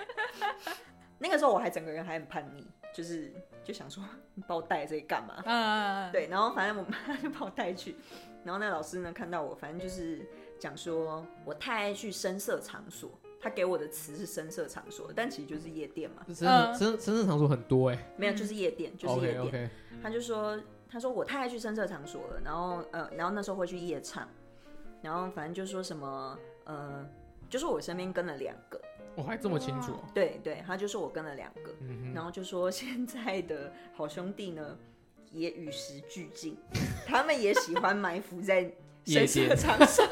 Speaker 3: 那个时候我还整个人还很叛逆，就是就想说你把我带来这里干嘛？
Speaker 2: 嗯，
Speaker 3: 对，然后反正我妈就把我带去，然后那老师呢看到我，反正就是讲说我太爱去声色场所，他给我的词是声色场所，但其实就是夜店嘛，
Speaker 1: 真的真真正场所很多哎、
Speaker 3: 没有就是夜店，嗯就是夜
Speaker 1: OK
Speaker 3: 店。
Speaker 1: OK，
Speaker 3: 他就说，他说我太爱去深色场所了，然后呃，然后那时候会去夜唱，然后反正就说什么呃，就说我身边跟了两个，
Speaker 1: 我还这么清楚哦、
Speaker 3: 对对，他就说我跟了两个，
Speaker 1: 嗯
Speaker 3: 然后就说现在的好兄弟呢也与时俱进，他们也喜欢埋伏在
Speaker 1: 夜
Speaker 3: 深色
Speaker 1: 店
Speaker 3: 场所。
Speaker 1: 哼，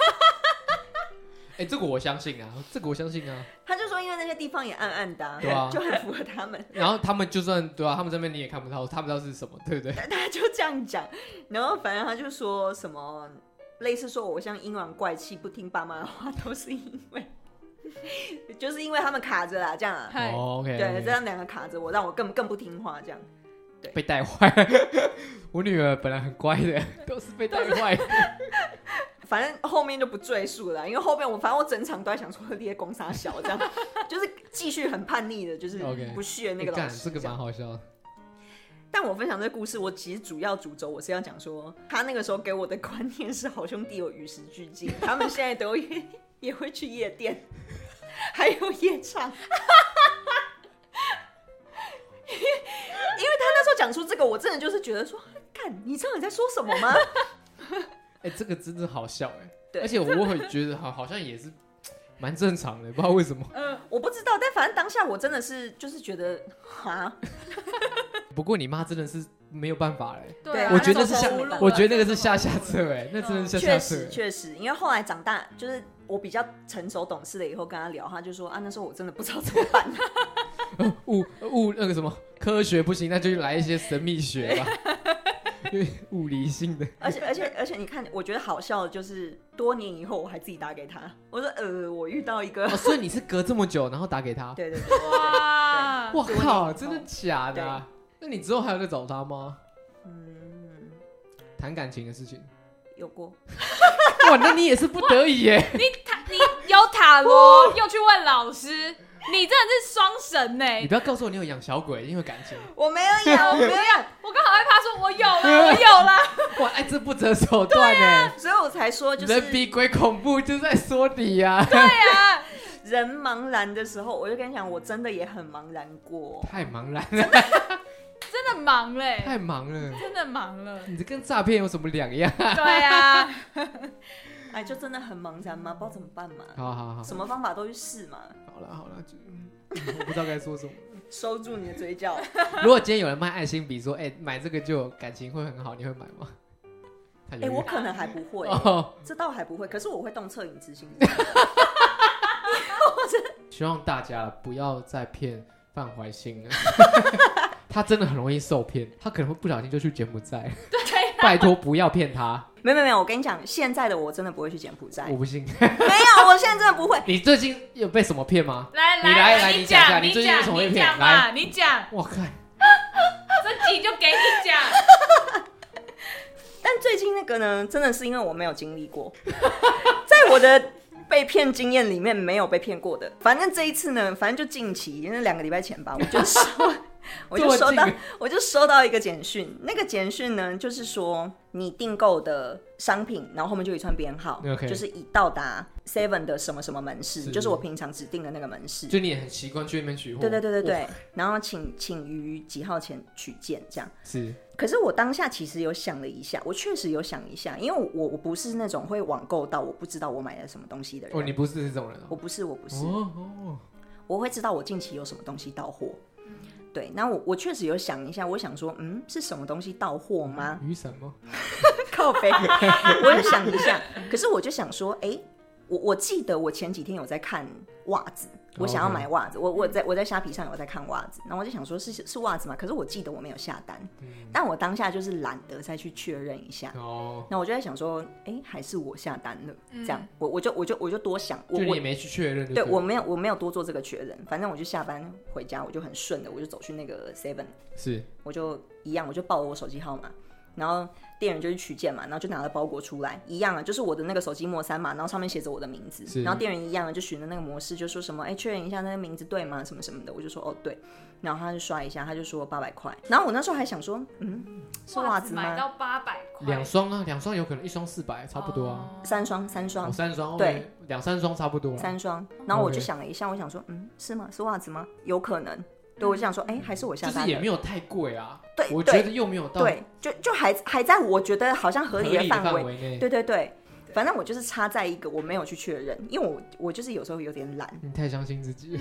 Speaker 1: 哎、这个我相信啊，这个我相信啊。
Speaker 3: 他就说因为那些地方也暗暗的、
Speaker 1: 对啊
Speaker 3: 就很符合他们。
Speaker 1: 然后他们就算对啊，他们这边你也看不到，他不知道是什么，对不对？
Speaker 3: 他 就这样讲，然后反正他就说什么类似说我像阴阳怪气，不听爸妈的话， 都是因为就是因为他们卡着啦，这样啊，
Speaker 2: 嗨
Speaker 1: 哦，OK，,
Speaker 3: 对，这样两个卡着我，让我更更不听话这样。
Speaker 1: 被带坏了。 我女儿本来很乖的，都是被带坏。
Speaker 3: 反正后面就不赘述了啦，因为后面我反正我整场都在想说 列公杀小这样，就是继续很叛逆的，就是
Speaker 1: OK
Speaker 3: 不屑那
Speaker 1: 你
Speaker 3: 个老
Speaker 1: 干，
Speaker 3: 师
Speaker 1: 这
Speaker 3: 这
Speaker 1: 个蛮
Speaker 3: 样。
Speaker 1: 好笑的。
Speaker 3: 但我分享这个故事，我其实主要主轴我是要讲说，他那个时候给我的观念是好兄弟有与时俱进，他们现在都也也会去夜店， 还有夜唱。因为他那时候讲出这个，我真的就是觉得说，看你知道你在说什么吗？
Speaker 1: 哎、这个真的好笑哎、
Speaker 3: 对
Speaker 1: 而且我会觉得好，好像也是蛮正常的，不知道为什么。
Speaker 2: 嗯，
Speaker 3: 我不知道，但反正当下我真的是就是觉得，哈，
Speaker 1: 不过你妈真的是没有办法哎、
Speaker 2: 对啊，
Speaker 1: 我觉得是
Speaker 2: 走
Speaker 1: 下
Speaker 2: 投无路
Speaker 3: 嗯
Speaker 2: 了
Speaker 1: 我觉得那个是下下策哎、那
Speaker 2: 嗯
Speaker 1: 真的是下下策
Speaker 3: 确实
Speaker 1: 欸、
Speaker 3: 确实，因为后来长大，就是我比较成熟懂事了以后，跟他聊，他就说啊，那时候我真的不知道怎么办。
Speaker 1: 物物那个什么科学不行，那就来一些神秘学 吧，因为物理性的。
Speaker 3: 而且而且而且，你看，我觉得好笑的就是，多年以后我还自己打给他，我说呃，我遇到一个，
Speaker 1: 哦，所以你是隔这么久，然后打给他？
Speaker 3: 对对对，
Speaker 2: 哇，
Speaker 1: 啊我哦
Speaker 3: 多年以
Speaker 1: 靠，
Speaker 3: 后
Speaker 1: 真的假的啊、那你之后还有再找他吗？
Speaker 3: 嗯，
Speaker 1: 谈感情的事情。
Speaker 3: 有过，
Speaker 1: 哇，那你也是不得已耶。
Speaker 2: 你塔你有塔罗，
Speaker 1: 哦
Speaker 2: 又去问老师，你真的是双神呢、
Speaker 1: 你不要告诉我你有养小鬼，因为感情。
Speaker 3: 我没有养，我没有养，
Speaker 2: 我刚好害怕说我有 了，我有了，
Speaker 1: 哇，哎，这不择手段呢。
Speaker 3: 所以我才说就是
Speaker 1: 人比鬼恐怖，就是在说你呀、
Speaker 2: 对啊，
Speaker 3: 人茫然的时候，我就跟你讲，我真的也很茫然过。
Speaker 1: 太茫然了，
Speaker 2: 真的忙嘞、
Speaker 1: 太忙了，
Speaker 2: 真的忙了，
Speaker 1: 你这跟诈骗有什么两样？
Speaker 2: 对啊，
Speaker 3: 哎，就真的很茫然嘛，不知道怎么办嘛，
Speaker 1: 好啊好好，
Speaker 3: 什么方法都去试嘛，
Speaker 1: 好了好了，就嗯我不知道该说什么。
Speaker 3: 收住你的嘴角。
Speaker 1: 如果今天有人卖爱心笔，说哎、买这个就有感情会很好，你会买吗？太
Speaker 3: 哎、
Speaker 1: 犹豫
Speaker 3: 我可能还不会、
Speaker 1: 哦，
Speaker 3: 这倒还不会，可是我会动恻隐之心。
Speaker 1: 希望大家不要再骗范怀欣 了，他真的很容易受骗，他可能会不小心就去柬埔寨。
Speaker 2: 对啊，
Speaker 1: 拜托不要骗他，
Speaker 3: 没有没有没有，我跟你讲，现在的我真的不会去柬埔寨，
Speaker 1: 我不信。
Speaker 3: 没有，我现在真的不会。
Speaker 1: 你最近有被什么骗吗？
Speaker 2: 来
Speaker 1: 你来来
Speaker 2: 你
Speaker 1: 你讲一下
Speaker 2: 你
Speaker 1: 你最近为什么会
Speaker 2: 你
Speaker 1: 骗
Speaker 2: 讲嘛，你讲，
Speaker 1: 我看
Speaker 2: 这集就给你 讲，
Speaker 3: 但最近那个呢，真的是因为我没有经历过， 在我的被骗经验里面没有被骗过的。反正这一次呢，反正就近期，那两个礼拜前吧，我 就收，我就收到
Speaker 1: 这么近，
Speaker 3: 我就收到一个简讯。那个简讯呢，就是说你订购的商品，然后后面就有一串编号
Speaker 1: OK
Speaker 3: 就是已到达 Seven 的什么什么门市，
Speaker 1: 是
Speaker 3: 就是我平常指定的那个门市。
Speaker 1: 就你也很习惯去那边取货。
Speaker 3: 对对对对
Speaker 1: 哇，
Speaker 3: 对，然后请请于几号前取件这样。
Speaker 1: 是
Speaker 3: 可是我当下其实有想了一下，我确实有想一下，因为我我不是那种会网购到我不知道我买了什么东西的人。
Speaker 1: 哦，你不是这种人
Speaker 3: 我
Speaker 1: 哦。
Speaker 3: 不是，我不是，
Speaker 1: 哦哦，
Speaker 3: 我会知道我近期有什么东西到货。
Speaker 1: 嗯
Speaker 3: 对，那我我确实有想一下，我想说，嗯，是什么东西到货吗？
Speaker 1: 雨伞吗？嗯
Speaker 3: 靠背，我有想一下。可是我就想说，哎、我我记得我前几天有在看袜子，我想要
Speaker 1: OK
Speaker 3: 买袜子，我
Speaker 1: 嗯
Speaker 3: 我在我在虾皮上有在看袜子，然后我就想说是是袜子嘛，可是我记得我没有下单，
Speaker 1: 嗯
Speaker 3: 但我当下就是懒得再去确认一下。
Speaker 1: 哦，
Speaker 3: 那我就在想说，哎、还是我下单了，
Speaker 2: 嗯
Speaker 3: 这样，我我就我就我就多想，我
Speaker 1: 就你
Speaker 3: 我
Speaker 1: 也没去确认就
Speaker 3: 对
Speaker 1: 了
Speaker 3: 我没有我没有多做这个确认，反正我就下班回家，我就很顺的，我就走去那个 Seven，
Speaker 1: 是
Speaker 3: 我就一样，我就报了我手机号码，然后店员就去取件嘛，然后就拿了包裹出来，一样啊，就是我的那个手机末三嘛，然后上面写着我的名字，
Speaker 1: 是
Speaker 3: 然后店员一样啊，就循着那个模式，就说什么，哎、确认一下那个名字对吗？什么什么的，我就说哦对，然后他就刷一下，他就说八百块，然后我那时候还想说，嗯，是袜子
Speaker 2: 买
Speaker 3: 吗？
Speaker 2: 到八百块，
Speaker 1: 两双啊，两双有可能一双四百，差不多啊。
Speaker 2: 哦
Speaker 3: 三双，三双
Speaker 1: 哦，，三双
Speaker 3: 对
Speaker 1: OK，两三双差不多了。
Speaker 3: 三双，然后我
Speaker 1: 嗯
Speaker 3: 就
Speaker 1: OK
Speaker 3: 想了一下，我想说，嗯，是吗？是袜子吗？有可能。对，我就想说，哎、还是我
Speaker 1: 就
Speaker 3: 下
Speaker 1: 是
Speaker 3: 单
Speaker 1: 也
Speaker 3: 了。
Speaker 1: 没有太贵啊，
Speaker 3: 对
Speaker 1: 我觉
Speaker 3: 对
Speaker 1: 得又没有到
Speaker 3: 对，就就还还在我觉得好像合
Speaker 1: 合
Speaker 3: 理的
Speaker 1: 的
Speaker 3: 范
Speaker 1: 范
Speaker 3: 围。
Speaker 1: 围内。
Speaker 3: 对对对，反正我就是差在一个我没有去确认，因为我我就是有时候有点懒，
Speaker 1: 你太相信自己，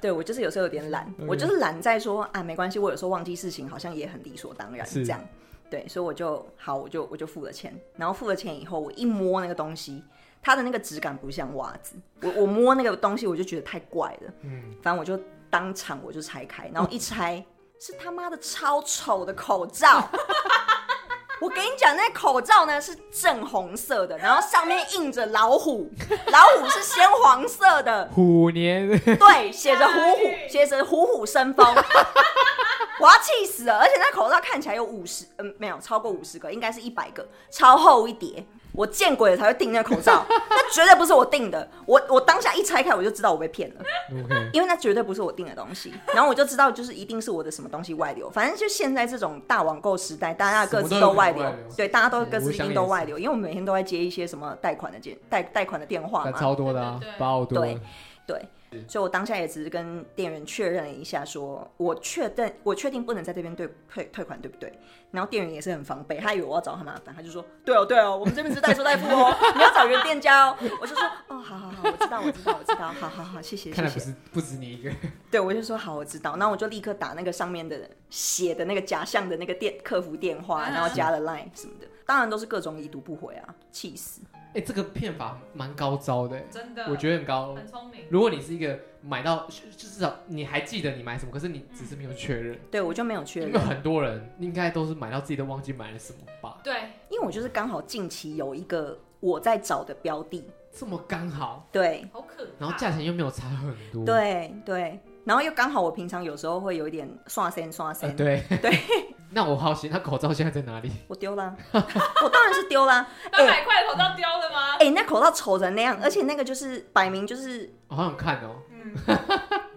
Speaker 3: 对我就是有时候有点懒，
Speaker 1: 嗯
Speaker 3: 我就是懒在说啊，没关系，我有时候忘记事情好像也很理所当然
Speaker 1: 是
Speaker 3: 这样。对，所以我就好，我就我就付了钱，然后付了钱以后，我一摸那个东西，它的那个质感不像袜子，我我摸那个东西我就觉得太怪了。
Speaker 1: 嗯，
Speaker 3: 反正我就当场我就拆开，然后一拆、是他妈的超丑的口罩。 我跟你讲，那口罩呢是正红色的，然后上面印着老虎，老虎是鲜黄色的，
Speaker 1: 虎年
Speaker 3: 对，写着虎虎，写着虎虎生风。我要气死了！而且那口罩看起来有五十，嗯，没有超过五十个，应该是一百个，超厚一叠。我见鬼了才会订那口罩，那绝对不是我订的。我我当下一拆开我就知道我被骗了。
Speaker 1: ，OK，
Speaker 3: 因为那绝对不是我订的东西，然后我就知道就是一定是我的什么东西外流。反正就现在这种大网购时代，大家各自都外流，
Speaker 1: 什么都有可能外流嗯
Speaker 3: 对，大家都各自
Speaker 1: 我
Speaker 3: 一
Speaker 1: 想
Speaker 3: 定
Speaker 1: 也
Speaker 3: 都
Speaker 1: 是
Speaker 3: 外流。因为我每天都在接一些什么贷款的电贷贷款的电话
Speaker 1: 但
Speaker 3: 嘛，
Speaker 1: 超多的啊
Speaker 2: 对对，对
Speaker 1: 八好多了，
Speaker 3: 对，所以我当下也只是跟店员确认了一下说我确认我确定不能在这边退退退款，对不对？然后店员也是很防备，他以为我要找他麻烦，他就说对哦对哦，我们这边是代收代付哦， 你要找原店家哦。 我就说哦好好好，我知道我知道我知道，好好好，谢谢谢
Speaker 1: 看来
Speaker 3: 谢
Speaker 1: 不。是不止你一个，
Speaker 3: 对，我就说好，我知道。那我就立刻打那个上面的写的那个假象的那个电客服电话，
Speaker 2: 嗯
Speaker 3: 然后加了 Line 什么的，当然都是各种已读不回啊，气死！
Speaker 1: 哎，这个骗法蛮高招的，欸
Speaker 2: 真的，
Speaker 1: 我觉得很高。
Speaker 2: 很聪明，
Speaker 1: 如果你是一个买到，就就至少你还记得你买什么，可是你只是没有确认，
Speaker 3: 对我就没有确
Speaker 1: 因
Speaker 3: 认
Speaker 1: 为，很多人应该都是买到自己都忘记买了什么吧，
Speaker 2: 对，
Speaker 3: 因为我就是刚好近期有一个我在找的标的，
Speaker 1: 这么刚好，
Speaker 3: 对
Speaker 2: 好可怕，
Speaker 1: 然后价钱又没有差很多，
Speaker 3: 对对，然后又刚好我平常有时候会有一点刷身刷
Speaker 1: 呃
Speaker 3: 身，
Speaker 1: 对， 那我好奇，那口罩现在在哪里？
Speaker 3: 我丢啦， 我当然是丢啦。
Speaker 2: 八百块的口罩丢了吗？
Speaker 3: 哎、那口罩丑成那样，而且那个就是摆明就是
Speaker 1: 我好想看哦，
Speaker 2: 嗯，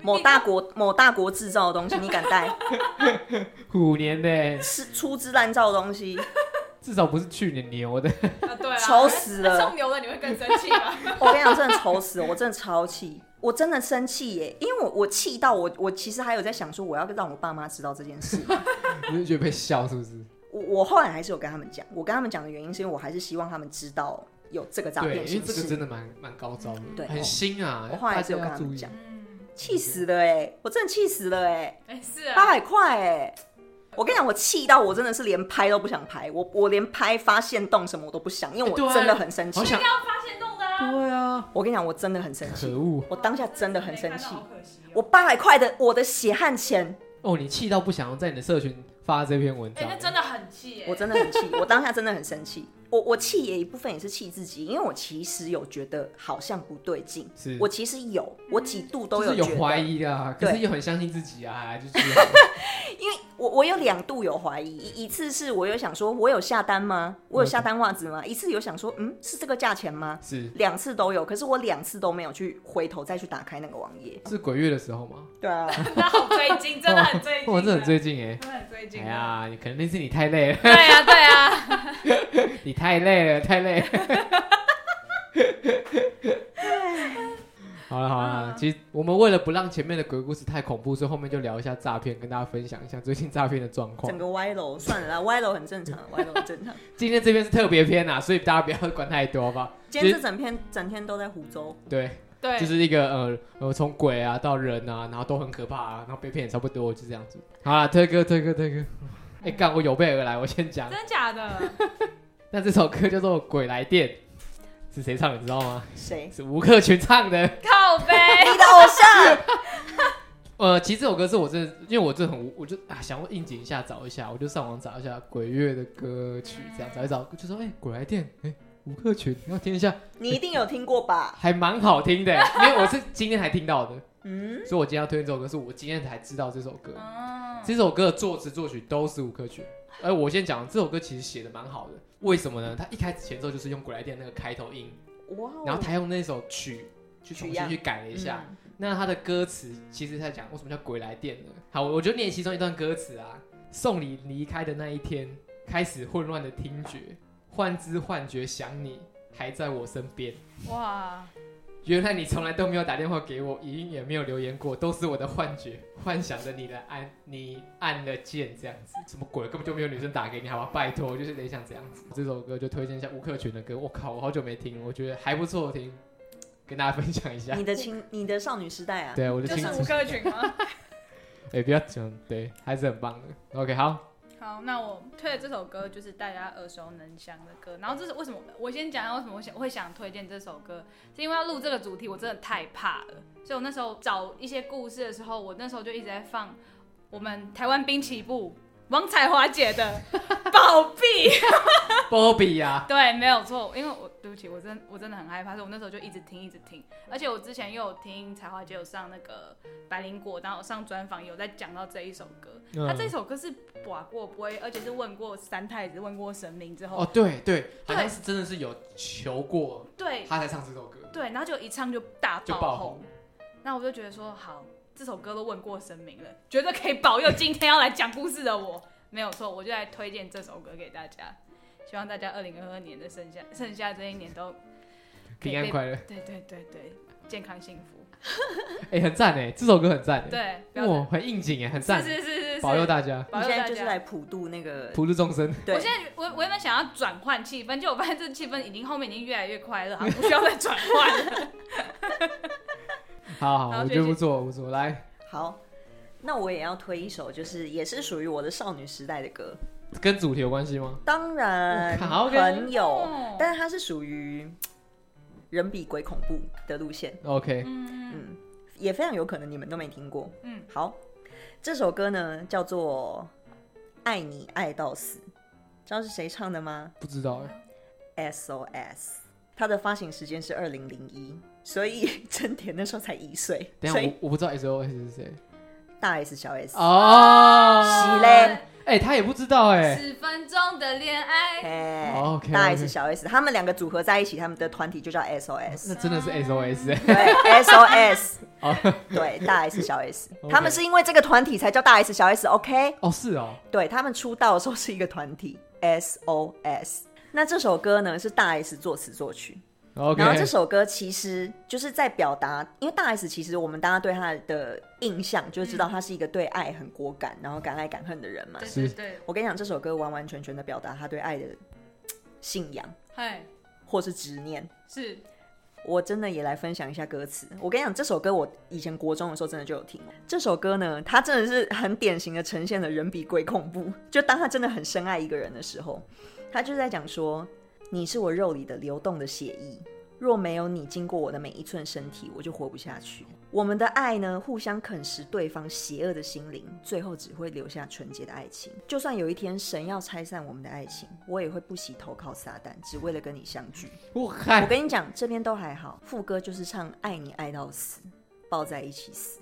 Speaker 3: 某大国某大国制造的东西，你敢戴？
Speaker 1: 虎年呢，
Speaker 3: 是粗制滥造的东西，
Speaker 1: 至少不是去年牛的。
Speaker 2: 啊对啊，
Speaker 3: 丑死 了
Speaker 2: 那送牛的你会更生气吗？
Speaker 3: 我跟你讲，真的愁死了，我真的超气，我真的生气耶，因为我我气到我我其实还有在想说，我要让我爸妈知道这件事。
Speaker 1: 你就觉得被笑是不是？
Speaker 3: 我我后来还是有跟他们讲，我跟他们讲的原因是因为我还是希望他们知道有这个诈
Speaker 1: 对，因
Speaker 3: 骗
Speaker 1: 为
Speaker 3: 形
Speaker 1: 这个
Speaker 3: 式
Speaker 1: 真。的蛮蛮高招的，
Speaker 3: 对哦
Speaker 1: 很新啊，
Speaker 3: 我后来
Speaker 1: 大
Speaker 3: 是有
Speaker 1: 家
Speaker 3: 跟
Speaker 1: 要
Speaker 3: 他
Speaker 1: 注
Speaker 3: 们
Speaker 1: 意
Speaker 3: 讲。
Speaker 2: 嗯，
Speaker 3: 气死了哎！我真的气死了哎！
Speaker 2: 哎是
Speaker 3: 八
Speaker 2: 啊，
Speaker 3: 百块哎！我跟你讲，我气到我真的是连拍都不想拍，我我连拍发现动什么我都不想，因为
Speaker 1: 哎对啊
Speaker 3: 我真的很生气
Speaker 1: 好。想，
Speaker 2: 要发现弄的啊，
Speaker 1: 对啊，
Speaker 3: 我跟你讲，我真的很生气，
Speaker 1: 可恶
Speaker 3: 我当下真的很生气
Speaker 2: 没看。到好可惜哦
Speaker 3: 我八百块的我的血汗钱，
Speaker 1: 哦！你气到不想要在你的社群发这篇文
Speaker 2: 哎
Speaker 1: 章，
Speaker 2: 那真的很气耶，
Speaker 3: 我真的很气，我当下真的很生气。我我气也一部分也是气自己，因为我其实有觉得好像不对劲，
Speaker 1: 是
Speaker 3: 我其实有，我几度都
Speaker 1: 就是
Speaker 3: 觉
Speaker 1: 有
Speaker 3: 得，
Speaker 1: 怀疑啊，
Speaker 3: 对
Speaker 1: 可是又很相信自己啊，就是
Speaker 3: 因为我我有两度有怀疑，一一次是我有想说，我有下单吗？我有
Speaker 1: 嗯
Speaker 3: 下单袜子吗？一次有想说，嗯，是这个价钱吗？
Speaker 1: 是
Speaker 3: 两次都有，可是我两次都没有去回头再去打开那个网页。
Speaker 1: 是鬼月的时候吗？
Speaker 3: 对啊，
Speaker 2: 那好追金，真的很追金，
Speaker 1: 哇，这很，追近哎。
Speaker 2: 真的很追
Speaker 1: 哎
Speaker 2: 金啊。
Speaker 1: 呀，可能那是你太累了，
Speaker 2: 对啊，对啊，
Speaker 1: 你太累了，太 累了。好了好了，
Speaker 3: 啊
Speaker 2: 嗯
Speaker 1: 其实我们为了不让前面的鬼故事太恐怖，所以后面就聊一下诈骗，跟大家分享一下最近诈骗的状况
Speaker 3: 整。个歪楼算了啦，歪楼很正常，歪楼很正常。
Speaker 1: 今天这边是特别篇啊，所以大家不要管太多 吧。
Speaker 3: 今天这整篇整天都在湖州，
Speaker 1: 对，
Speaker 2: 对，
Speaker 1: 就是一个呃呃，从鬼啊到人啊，然后都很可怕、啊，然后被骗也差不多，就这样子。好啦，推歌推歌推 歌，哎、干我有备而来，我先讲。
Speaker 2: 真假的，
Speaker 1: 那这首歌叫做《鬼来电》，是谁唱的你知道吗？
Speaker 3: 谁？
Speaker 1: 是吴克群唱的。
Speaker 2: 靠 背，
Speaker 3: 你的偶像，
Speaker 1: 呃，其实这首歌是我真的，因为我真的很无，我就啊想要应景一下，找一下，我就上网找一下鬼月的歌曲，这样找一找，就说哎、鬼来电，哎、吴克群，然后听一下，
Speaker 3: 你一定有听过吧？
Speaker 1: 还蛮好听的，因为我是今天才听到的，
Speaker 3: 嗯，
Speaker 1: 所以我今天要推荐这首歌，是我今天才知道这首歌。
Speaker 2: 嗯，
Speaker 1: 这首歌的作词作曲都是吴克群。而我先讲，这首歌其实写的蛮好的，为什么呢？他一开始前奏就是用《鬼来电》那个开头音，
Speaker 3: 哇哦，
Speaker 1: 然后他用那首曲去重新
Speaker 3: 取样
Speaker 1: 去改了一下。
Speaker 3: 嗯
Speaker 1: 那他的歌词其实在讲为什么叫鬼来电呢？好，我就念其中一段歌词啊：送你离开的那一天，开始混乱的听觉，幻知幻觉想你还在我身边。
Speaker 2: 哇，
Speaker 1: 原来你从来都没有打电话给我，语音也没有留言过，都是我的幻觉，幻想着你的按你按了键这样子，什么鬼？根本就没有女生打给你，好吧？拜托，就是得想这样子。这首歌就推荐一下吴克群的歌，我靠，我好久没听了，我觉得还不错听，跟大家分享一下
Speaker 3: 你。的青， 你的少女时代啊，
Speaker 1: 对，我的
Speaker 2: 就
Speaker 1: 青春
Speaker 2: 是吴克群吗？
Speaker 1: 哎、不要讲，对，还是很棒的。OK，好，
Speaker 2: 好，那我推的这首歌就是大家耳熟能详的歌。然后这是为什么？我先讲一下为什么我想会想推荐这首歌，是因为要录这个主题，我真的太怕了。所以我那时候找一些故事的时候，我那时候就一直在放我们台湾滨崎步王彩华姐的《宝币》。
Speaker 1: 波比啊呀，
Speaker 2: 对，没有错，因为我对不起，我真我真的很害怕，所以我那时候就一直听一直听，而且我之前又有听彩华姐有上那个百灵果，然后上专访有在讲到这一首歌，
Speaker 1: 嗯
Speaker 2: 她这首歌是寡过不会，而且是问过三太子，问过神明之后，
Speaker 1: 哦，对对，好
Speaker 2: 对
Speaker 1: 像是真的是有求过
Speaker 2: 对
Speaker 1: 他才唱这首歌，
Speaker 2: 对，然后就一唱就大
Speaker 1: 就
Speaker 2: 爆
Speaker 1: 爆
Speaker 2: 红
Speaker 1: 红，。
Speaker 2: 那我就觉得说好，这首歌都问过神明了，绝对可以保佑今天要来讲故事的我，没有错，我就来推荐这首歌给大家，希望大家二零二二年的剩下剩下这一年都
Speaker 1: 平安快乐，
Speaker 2: 对对对对，健康幸福，
Speaker 1: 哎、很赞哎，这首歌很赞哎，
Speaker 2: 对，不要
Speaker 1: 哇，很应景哎，很赞，
Speaker 2: 是是是是是，
Speaker 1: 保佑大家，
Speaker 2: 保
Speaker 3: 你
Speaker 2: 佑
Speaker 3: 现
Speaker 2: 大
Speaker 3: 在就是来
Speaker 2: 家。
Speaker 3: 普渡那个，
Speaker 1: 普度众生。
Speaker 3: 对
Speaker 2: 我现在我我原本想要转换气氛，结果我发现这气氛已经后面已经越来越快乐，好像不需要再转换了。
Speaker 1: 好好，
Speaker 2: 好
Speaker 1: 我觉
Speaker 2: 谢
Speaker 1: 得
Speaker 2: 谢
Speaker 1: 不错不错，来
Speaker 3: 好，那我也要推一首，就是也是属于我的少女时代的歌，
Speaker 1: 跟主题有关系吗？
Speaker 3: 当然
Speaker 1: 我靠，OK 嗯
Speaker 3: 很有，
Speaker 2: 哦
Speaker 3: 但是它是属于嘖人比鬼恐怖的路线，
Speaker 1: OK，
Speaker 2: 嗯
Speaker 3: 嗯，也非常有可能你们都没听过。
Speaker 2: 嗯，
Speaker 3: 好，这首歌呢叫做《爱你爱到死》，知道是谁唱的吗
Speaker 1: 不知道哎，
Speaker 3: ？SOS，它的发行时间是二零零一，所以 真田那时候才一岁，
Speaker 1: 等一
Speaker 3: 所
Speaker 1: 下
Speaker 3: 以
Speaker 1: 我我不知道 SOS 是谁
Speaker 3: 大 S 小 S，
Speaker 1: 哦，
Speaker 3: 喜嘞，
Speaker 1: 哎、哎、他也不知道哎、
Speaker 2: 十分钟的恋爱，
Speaker 3: 哎、
Speaker 1: OK，OK
Speaker 3: 大 S 小 S，他们两个组合在一起，他们的团体就叫 SOS，
Speaker 1: 那真的是
Speaker 2: 啊
Speaker 1: SOS 哎、
Speaker 3: 对 SOS，
Speaker 1: 哦
Speaker 3: 对大 S 小 S，
Speaker 1: OK
Speaker 3: 他们是因为这个团体才叫大 S 小 S，OK？
Speaker 1: 哦是哦，
Speaker 3: 对他们出道的时候是一个团体 SOS。那这首歌呢是大 S 作词作曲，
Speaker 1: OK，
Speaker 3: 然后这首歌其实就是在表达，因为大 S 其实我们大家对她的印象就知道她是一个对爱很果敢，然后敢爱敢恨的人嘛。
Speaker 2: 对
Speaker 1: 是
Speaker 2: 对对，
Speaker 3: 我跟你讲，这首歌完完全全的表达她对爱的嘖信仰
Speaker 2: 嗨，
Speaker 3: 或是执念。
Speaker 2: 是
Speaker 3: 我真的也来分享一下歌词。我跟你讲，这首歌我以前国中的时候真的就有听哦。这首歌呢，它真的是很典型的呈现了人比鬼恐怖。就当他真的很深爱一个人的时候，他就是在讲说：“你是我肉里的流动的血液，若没有你经过我的每一寸身体，我就活不下去。我们的爱呢，互相啃食对方邪恶的心灵，最后只会留下纯洁的爱情。就算有一天神要拆散我们的爱情，我也会不惜投靠撒旦，只为了跟你相聚。”
Speaker 1: 我嗨
Speaker 3: 我跟你讲，这边都还好，副歌就是唱爱你爱到死，抱在一起死，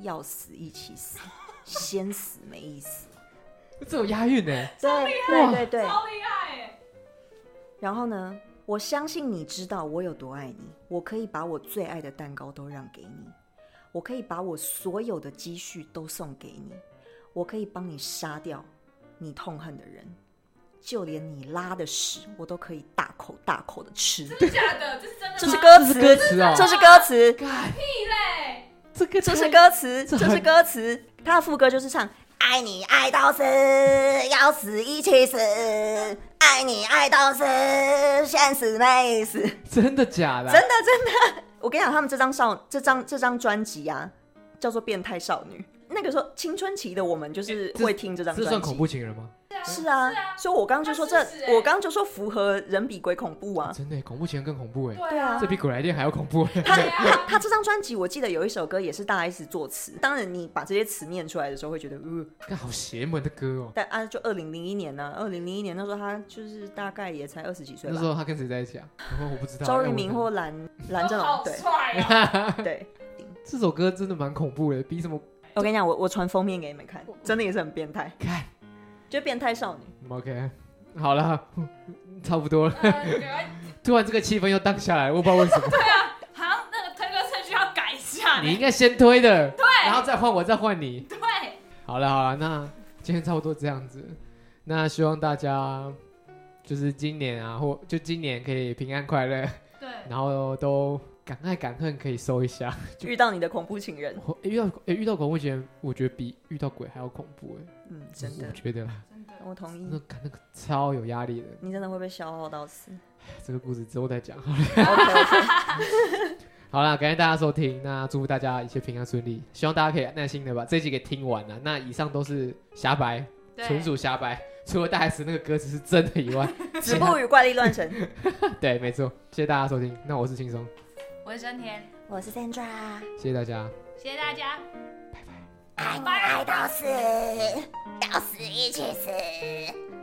Speaker 3: 要死一起死，先死没意思。
Speaker 1: 这有押韵哎、
Speaker 3: 对
Speaker 1: 害
Speaker 3: 对对对。
Speaker 2: 超厉害耶，
Speaker 3: 然后呢，我相信你知道我有多爱你，我可以把我最爱的蛋糕都让给你，我可以把我所有的积蓄都送给你，我可以帮你杀掉你痛恨的人，就连你拉的屎我都可以大口大口的吃。
Speaker 2: 真的假的？这是真的吗？
Speaker 3: 这是歌
Speaker 1: 这
Speaker 3: 词
Speaker 1: 是，歌词哦，
Speaker 3: 这是歌词。
Speaker 1: 干
Speaker 2: 屁嘞！
Speaker 1: 这个
Speaker 3: 这是
Speaker 1: 太
Speaker 3: 歌词，
Speaker 1: 这
Speaker 3: 这
Speaker 1: 很
Speaker 3: 是歌词。他的副歌就是唱“爱你爱到死，要死一起死，爱你爱到死，先死没死”。
Speaker 1: 真的假的啊、
Speaker 3: 真的真的，我跟你讲，他们这张少这张这张专辑啊，叫做《变态少女》。那个时候青春期的我们就是
Speaker 1: 这
Speaker 3: 会听这张
Speaker 1: 这
Speaker 3: 专
Speaker 1: 算恐
Speaker 3: 辑。
Speaker 1: 怖情人吗？
Speaker 3: 是啊
Speaker 2: 是啊，
Speaker 3: 所以我刚刚就说这
Speaker 2: 它是事，欸
Speaker 3: 我刚刚就说符合人比鬼恐怖啊。
Speaker 1: 真的耶恐怖情人更恐怖哎、
Speaker 2: 对啊，
Speaker 1: 这比鬼来电还要恐怖 哎、
Speaker 3: 他
Speaker 2: 对啊
Speaker 3: 他他这张专辑，我记得有一首歌也是大 S 作词。当然，你把这些词念出来的时候，会觉得，呃，
Speaker 1: 看好邪门的歌哦。
Speaker 3: 但啊，就二零零一年呢、2二零零一年那时候他就是大概也才二十几岁
Speaker 1: 那时
Speaker 3: 吧。
Speaker 1: 候他跟谁在一起啊？我我不知道。
Speaker 3: 周渝
Speaker 1: 哎
Speaker 3: 民
Speaker 1: 我
Speaker 3: 或蓝蓝
Speaker 2: 都
Speaker 3: 正
Speaker 2: 好
Speaker 3: 龙，对
Speaker 2: 帅 哦！
Speaker 3: 对。
Speaker 1: 这首歌真的蛮恐怖的，欸比什么
Speaker 3: 我跟你讲，我我传封面给你们看，真的也是很变态，
Speaker 1: 看
Speaker 3: 就变态少女。
Speaker 1: OK。好了， 差不多了。
Speaker 2: 呃赶快
Speaker 1: 突然这个气氛又荡下来，我不知道为 什么。
Speaker 2: 好像那个推歌顺序要改一下
Speaker 1: 你应
Speaker 2: 呢。
Speaker 1: 该先推的，对，然后再换我，再换你。
Speaker 2: 对，
Speaker 1: 好了好了，那今天差不多这样子。那希望大家就是今年啊，或就今年可以平安快乐，
Speaker 2: 对，
Speaker 1: 然后都敢爱敢恨可以收一下。就
Speaker 3: 遇到你的恐怖情人，
Speaker 1: 我、欸遇到欸遇到恐怖情人，我觉得比遇到鬼还要恐怖哎、
Speaker 3: 嗯，真的
Speaker 1: 我，觉得啦
Speaker 2: 真的。
Speaker 3: 我同
Speaker 1: 那
Speaker 3: 意。
Speaker 1: 感那个超有压力的。
Speaker 3: 你真的会被消耗 到死。
Speaker 1: 这个故事之后再讲。
Speaker 3: OK OK，
Speaker 1: 好啦，感谢大家收听，那祝福大家一切平安顺利，希望大家可以耐心的把这集给听完了。那以上都是瞎白，
Speaker 2: 对
Speaker 1: 纯属瞎白，除了大 S 那个歌词是真的以外，
Speaker 3: 止步与怪力乱神。
Speaker 1: 对，没错，谢谢大家收听。那我是轻松，
Speaker 2: 我是生田，
Speaker 3: 我是 Sandra，
Speaker 1: 谢谢大家。
Speaker 2: 谢谢大家，
Speaker 3: 爱你爱到死，要死一起死，